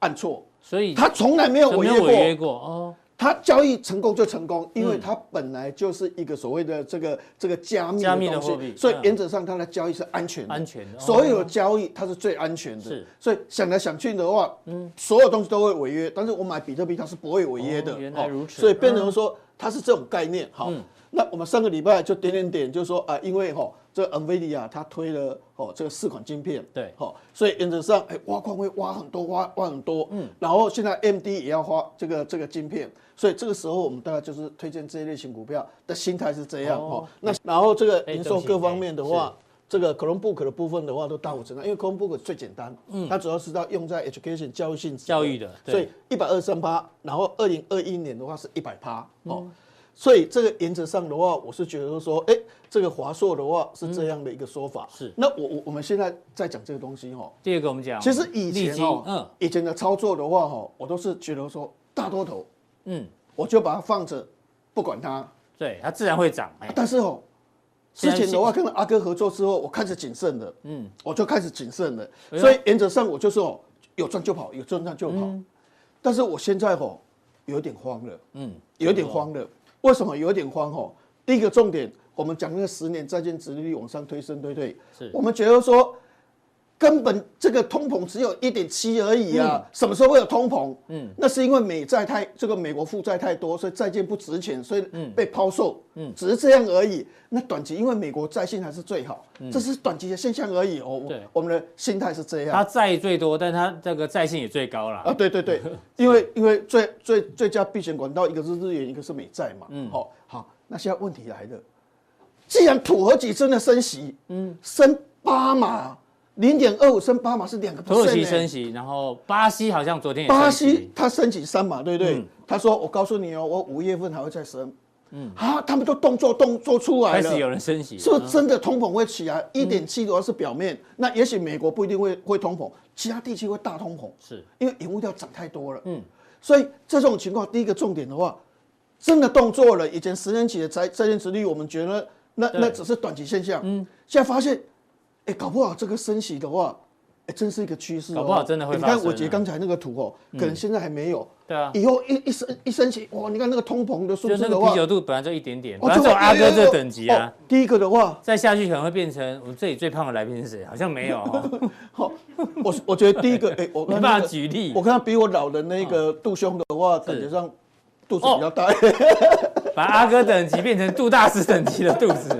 按错，所以它从来没有嗯没违有违约约过。过哦。它交易成功就成功，因嗯为它本来就是一个所谓的这个这个加密加密的东货币西，所以嗯原则上它的交易是安全的，安全的哦所有的交易它是最安全的。是所以想来想去的话，嗯，所有东西都会违约，但是我买比特币它是不会违约的。哦原来如此所以变成说它是这种概念。好，嗯那我们上个礼拜就点点点，就说啊，因为哈、这个 NVIDIA 它推了哦这个四款晶片，对好、所以原则上哎挖矿会挖很多，挖挖很多，嗯，然后现在 AMD 也要花这个这个晶片，所以这个时候我们大概就是推荐这一类型股票的心态是这样哦哦那然后这个哎营对收不起各方面的话。这个 Chromebook 的部分的话，都大幅增长，因为 Chromebook 最简单，嗯，它主要是要用在 education 教育性质教育的对所以一百二三趴，然后二零二一年的话是一百趴嗯哦，所以这个原则上的话，我是觉得说，哎、这个华硕的话是这样的一个说法。嗯是那我我我们现在在讲这个东西哦，第二个我们讲，其实以利前基哦，嗯，以前的操作的话哦，我都是觉得说大多头，嗯，我就把它放着，不管它。对，它自然会涨，哎，但是哦，现之在前的话跟阿哥合作之后，我开始谨慎了，嗯嗯，我就开始谨慎了，哎呦所以原则上我就说哦，有赚就跑，有赚就跑。但是我现在哦，有点慌了，嗯，有点慌了。为什么有点慌？哦，第一个重点，我们讲那个十年债券殖利率往上推升，对不对？是我们觉得说，根本这个通膨只有一点七而已啊，什么时候会有通膨？嗯，那是因为美债太这个美国负债太多，所以债券不值钱，所以被抛售，嗯，只是这样而已。那短期因为美国债信还是最好，这是短期的现象而已哦。我对我们的心态是这样。它债最多，但它这个债信也最高啦。啊，对对对，因为因为最最最佳避险管道一个是日元，一个是美债嘛。嗯，好、好，那现在问题来了，既然土耳其真的升息，嗯，升八码，零点二五升八码是两个土耳其升息，然后巴西好像昨天也升巴嗯西息，它升级三码，对不对？他说我告诉你哦，我五月份还会再升。嗯，啊，他们都动作动做出来开了，始有人升息，哎是不是真的通膨会起来？嗯一点七主要是表面，那也许美国不一定会会通膨，其他地区会大通膨，是因为原物料涨太多了。嗯嗯，所以这种情况，第一个重点的话，真的动作了。以前十年期的债债券值率，我们觉得那对那只是短期现象，嗯，现在发现，哎，搞不好这个升息的话，哎，真是一个趋势哦。搞不好真的会你发看生我啊杰刚才那个图哦，可能现在还没有，对啊，以后一一升一升息，哇，你看那个通膨的数就字那个的啤话，酒肚本来就一点点，哦本来就这有个阿哥哎哎这哎等级啊哦，第一个的话，再下去可能会变成我们这里最胖的来宾是谁？好像没有哦，我我觉得第一个，哎、 我没看、办那法个，举例哦我。看他比我老的那个杜兄的话，感觉上肚子比较大。 把阿哥等级变成杜大师等级的肚 子，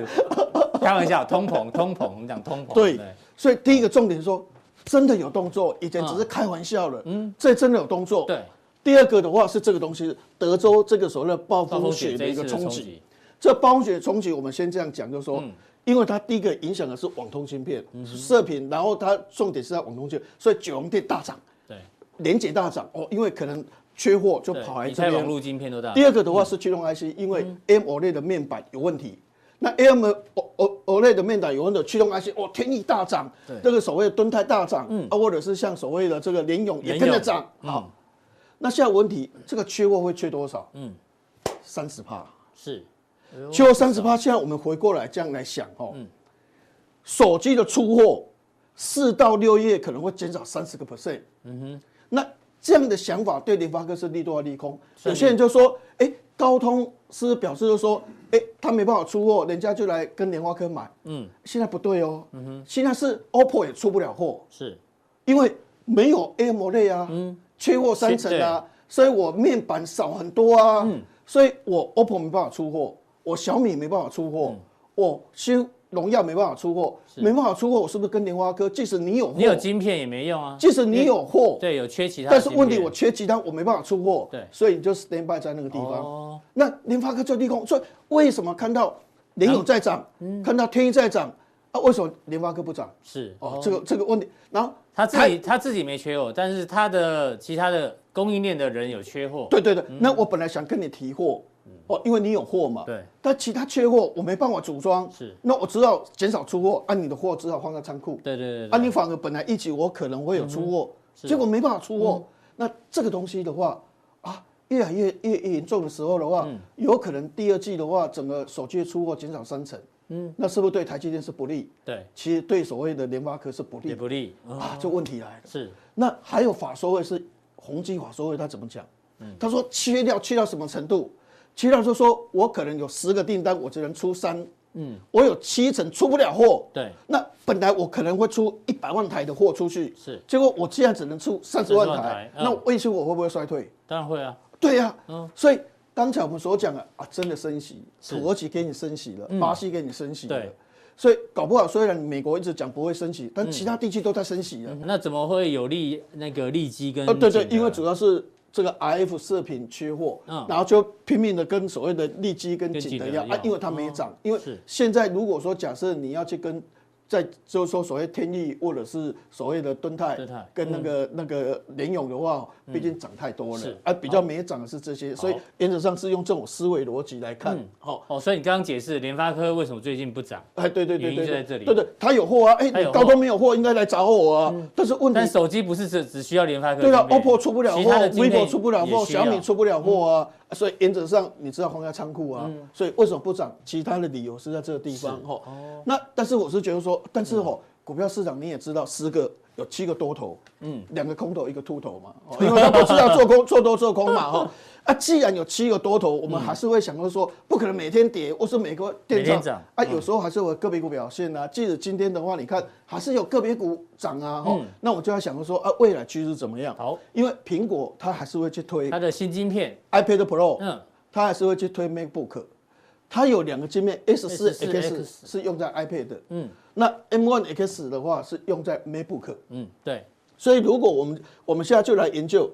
开玩笑，通膨，通膨，我们讲通膨。对所以第一个重点说，真的有动作，以前嗯只是开玩笑了，嗯，这真的有动作。对，第二个的话是这个东西，德州这个所谓的暴暴风风雪雪这的一一次个的冲冲击。击，这暴风雪冲击，我们先这样讲，就是说，嗯因为它第一个影响的是网通芯片、射频，然后它重点是在网通芯片，所以九龙店大涨，对，联捷大涨哦，因为可能缺货就对跑来你这猜边。网络晶片都大，第二个的话嗯是驱动 IC，因为 AMOLED E 的面板有问题。那 AM O O OLED 的面板有问题，驱动 IC 哦，天翼大涨，这个所谓的敦泰大涨，啊，或者是像所谓的这个联咏嗯也跟着涨。联咏好，那现在问题，这个缺货会缺多少？嗯，三十帕。是缺货三十帕，现在我们回过来这样来想哦，手机的出货四到六月可能会减少三十个 percent。嗯哼，那这样的想法对联发科是利多还是利空？有些人就说，哎、高通是表示就说，哎、他没办法出货，人家就来跟联发科买。嗯，现在不对哦。嗯哼，现在是 OPPO 也出不了货，是，因为没有 AMOLED 啊，嗯缺货三成啊，所以我面板少很多啊，嗯所以我 OPPO 没办法出货，我小米没办法出嗯货，我新荣耀没办法出货，没办法出货，我是不是跟联发科？即使你有货，你有晶片也没用啊。即使哦你有货，对，有缺其他的但晶是片，问题我缺其他，我没办法出货，对所以你就 stand by 在那个地方。哦，那联发科就利空，所以为什么看到联咏在涨，嗯看到天翼在涨，啊，为什么联发科不涨？是哦，这个这个问题，然后他自己他自己没缺货，但是他的其他的供应链的人有缺货，对对对，那我本来想跟你提货，哦，因为你有货嘛。嗯对。但其他缺货，我没办法组装，是。那我只好减少出货，啊，你的货只好放在仓库，对对对嗯啊，对，你反而本来一起我可能会有出货，结果没办法出嗯货。那这个东西的话，啊，越来越越越严重的时候的嗯话，有可能第二季的话，整个手机的出货减少三成，嗯，那是不是对台积电是不利？对其实对所谓的联发科是不也利不哦利，啊，这问题来了。是那还有法说会是宏基法说会，他怎么讲？嗯他说切掉切到什么程度？切掉就说我可能有十个订单，我只能出三，嗯，我有七成出不了货。对，那本来我可能会出一百万台的货出去，是，结果我现在只能出三十万30万台台，嗯那卫星我会不会衰退？当然会啊，对呀、所以刚才我们所讲的啊，真的升息，土耳其给你升息了，巴西给你升息了嗯对，嗯所以搞不好虽然美国一直讲不会升息，但其他地区都在升息了。那怎么会有利那个利基跟呃，对对景，德因为主要是这个 RF 射频缺货，嗯然后就拼命的跟所谓的利基跟跟景景德德要要啊，因为它没涨，因为哦是现在如果说假设你要去跟在就是说所谓天翼或者是所谓的敦泰敦泰嗯跟那个那个联咏的话，毕竟涨太多了是，啊，比较没涨的是这些，所以原则上是用这种思维逻辑来看，好。哦，所以你刚刚解释联发科为什么最近不涨，哎，对对原对因对就在对，这里对对，他有货啊，哎，他你有货嗯高通没有货，应该来找我啊。但是问题但手机不是只只需要联发科对的啊晶片，OPPO 出不了货其他的晶片，vivo 出不了也货，需要、小米出不了货啊，所以原则上你知道放在仓库啊，所以为什么不涨？其他的理由是在这个地方哈。那但是我是觉得说，但是吼，股票市场你也知道，十个有七个多头，嗯，两个空头，一个秃头嘛，哦因为他不知道做空做多做空嘛，哈、啊，既然有七个多头，我们还是会想到说，不可能每天跌，或是每个嗯每电天涨涨啊，有时候还是有个别股表现啊。即使今天的话，你看还是有个别股涨啊，哈、那我就要想说啊，未来趋势怎么样？好，因为苹果它还是会去推它的新晶片， iPad Pro，嗯，它还是会去推 MacBook，它有两个界面 S 四 S4X X 是用在 iPad 的，嗯嗯，那 M 1 X 的话是用在 MacBook，嗯，对，所以如果我们我们现在就来研究，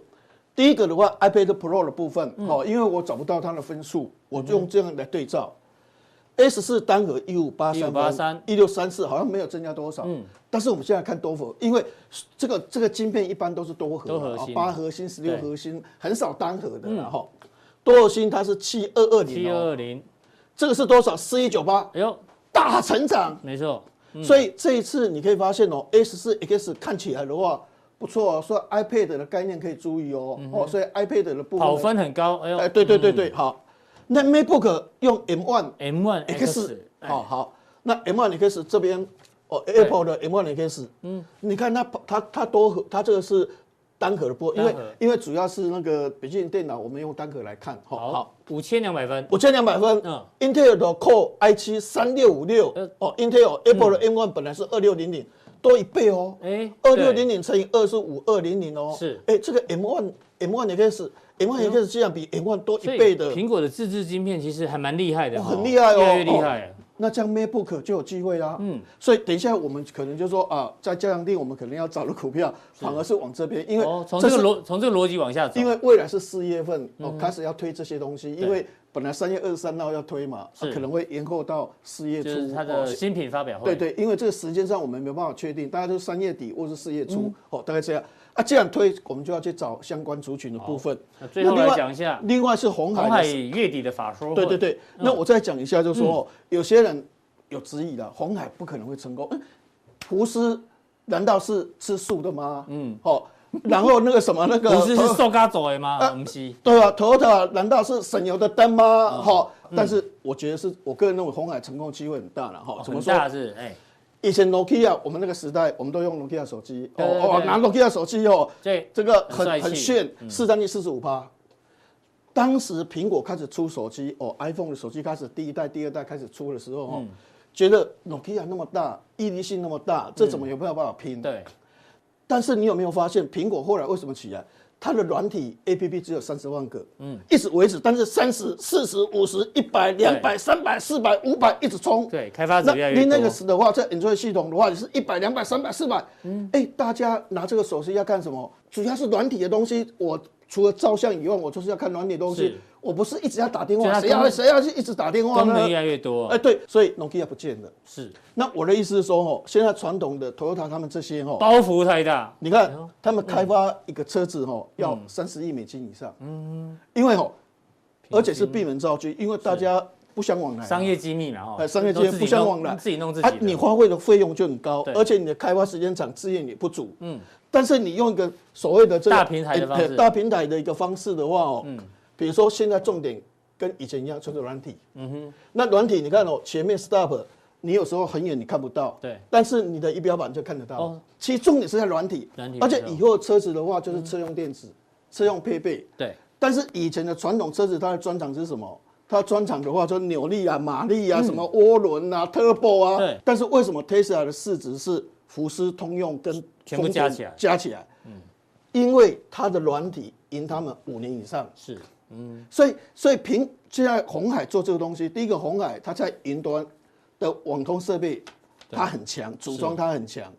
第一个的话，iPad Pro 的部分，嗯哦，因为我找不到它的分数，我就用这样来对照。S 嗯四单核一五八三哦15831一六三四好像没有增加多少，嗯但是我们现在看多核，因为这个这个晶片一般都是多核嘛，多核心哦八核心、十六对嗯核心，很少单核的啦，然后多核心它是七二二七零，二哦，二零，这个是多少？四一九八，哎呦，大成长，没错，所以这一次你可以发现哦，S 四 X 看起来的话不错哦，所以 iPad 的概念可以注意哦，哦，所以 iPad 的部分嗯呢跑，分很高，哎呦，哎，对对对对，好，那 MacBook 用 M 1 M One X， X，哎好、好，那 M 1 X 这边哦，Apple 的 M 1 X，嗯，你看它它它多核，它这个是单核的波，因为单核因为主要是那个笔记本电脑，我们用单核来看，哦好、好。好，五千两百分，五千两百分。嗯 Intel 的 Core i7 三六五六呃，哦，Intel Apple 的 M1 本来是二六零零，多一倍哦。哎，二对六零，零乘以二是五二零零哦。是哎哎，这个 M1 M1 也可以是 M1 也可以是竟然比 M1 多所一以倍的，苹果的自制晶片其实还蛮厉害的哦，哦很厉害哦越来越厉害，那这样 MacBook 就有机会啦。嗯，所以等一下我们可能就说啊，在加强定我们可能要找的股票反而是往这边，因为哦，从这这个是逻从这个逻辑嗯往下走，因为未来是四月份哦，开始要推这些东西，因为本来三月二十三号要推嘛，啊是可能会延后到四月初。就是它哦的新品发表会，对对，因为这个时间上我们没办法确定，大家都三月底或是四月嗯初，哦，大概这样。啊，既然推，我们就要去找相关族群的部分。那最后那另来外讲一下另外是红红海嗯海的，月底的法说会，对对对。那我再讲一下，就是说哦有些人有质疑了，红海不可能会成功。嗯胡斯难道是吃素的吗？嗯，哦，然后那个什么那个不是是呃受嘎走的吗？我们是对啊，Toyota 难道是省油的灯吗？嗯哈，但是我觉得是我个人认为红海成功机会很大了哈。呃怎么很说？大是哎，以前 Nokia 我们那个时代，我们都用 Nokia 手机，哦对对对哦，拿 Nokia 手机哦，对，这个很帅很气嗯很炫，市占率四十五趴。当时苹果开始出手机，哦，iPhone 的手机开始第一代、第二代开始出的时候，嗯哦，觉得 Nokia 那么大，毅力性那么大，这怎么有没有办法嗯拼？对，但是你有没有发现，苹果后来为什么起来？它的软体 APP 只有三十万个，嗯，一直维持，但是三十、四十、五十、一百、两百、三百、四百、五百一直冲，对开发者那越来越你那多个时的话，在 Android 系统的话，你是一百、两百、三百、四百，嗯，哎，大家拿这个手机要干什么？主要是软体的东西，我除了照相以外，我就是要看软体的东是西，我不是一直要打电就它话，谁功要谁要去一直打电话功能呢越？来越多，哎，对，所以 Nokia 不见了。是那我的意思是说，哦，现在传统的 Toyota 他们这些，哦，包哎袱太大，你看他们开发一个车子哦，嗯要三十亿美金以上，嗯，因为哦，而且是闭门造车，因为大家不相往来，商业机密嘛哈，哎商业都街自己不相弄往来，自己弄自己啊的，你花费的费用就很高对，而且你的开发时间长，资源也不足，嗯，但是你用一个所谓的这个大平台的方式嗯哎大平台的一个方式的话哦，比如说现在重点跟以前一样，就是软体，嗯哼，那软体你看哦，前面 stop。你有时候很远你看不到，对但是你的仪表板就看得到。哦其实重点是在软体，软体而且没错嗯以后车子的话就是车用电子、车用配备，对，但是以前的传统车子，它的专长是什么？它的专长的话，就扭力啊、马力啊、什么涡轮啊、turbo 啊。嗯对但是为什么 Tesla 的市值是福斯、通用跟全部丰加田起来加起来，嗯，因为它的软体赢他们五年以上，是所以所以凭现在红海做这个东西，第一个红海它在云端的网通设备它很强，组装它很强。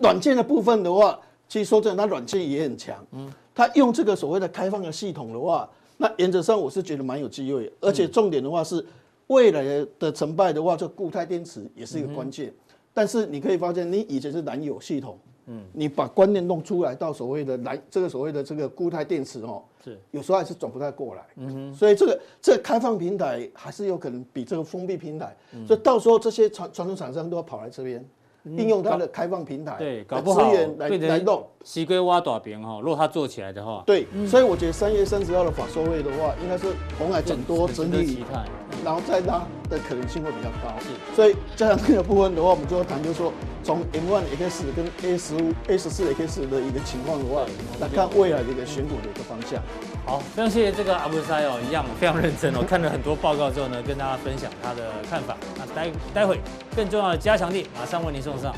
软件的部分的话，其实说真的，它软件也很强。嗯，它用这个所谓的开放的系统的话，那原则上我是觉得蛮有机会的，而嗯且重点的话是未来的成败的话，这固态电池也是一个关键。嗯但是你可以发现，你以前是燃油系统，嗯，你把观念弄出来到所谓的燃这个所谓的这个固态电池哦，是有时候还是转不太过来。嗯哼，所以这个这个开放平台还是有可能比这个封闭平台，嗯所以到时候这些传传统厂商都要跑来这边。应用它的开放平台，对，搞来不好资源来变成来弄，西归挖短边哈，如果它做起来的话，对，所以我觉得三月三十号的法收会的话，应该是红海整多很值整得期理，待。然后再拉的可能性会比较高。所以加强这个部分的话，我们就要谈就是说，从 M 1 X 跟 A 十五、A 十四 X 的一个情况的话，来看未来的一个选股的一个方向。好，非常谢谢这个阿布塞哦，一样非常认真哦， 看了很多报告之后呢，跟大家分享他的看法。那待待会更重要的加强力，马上为您送上。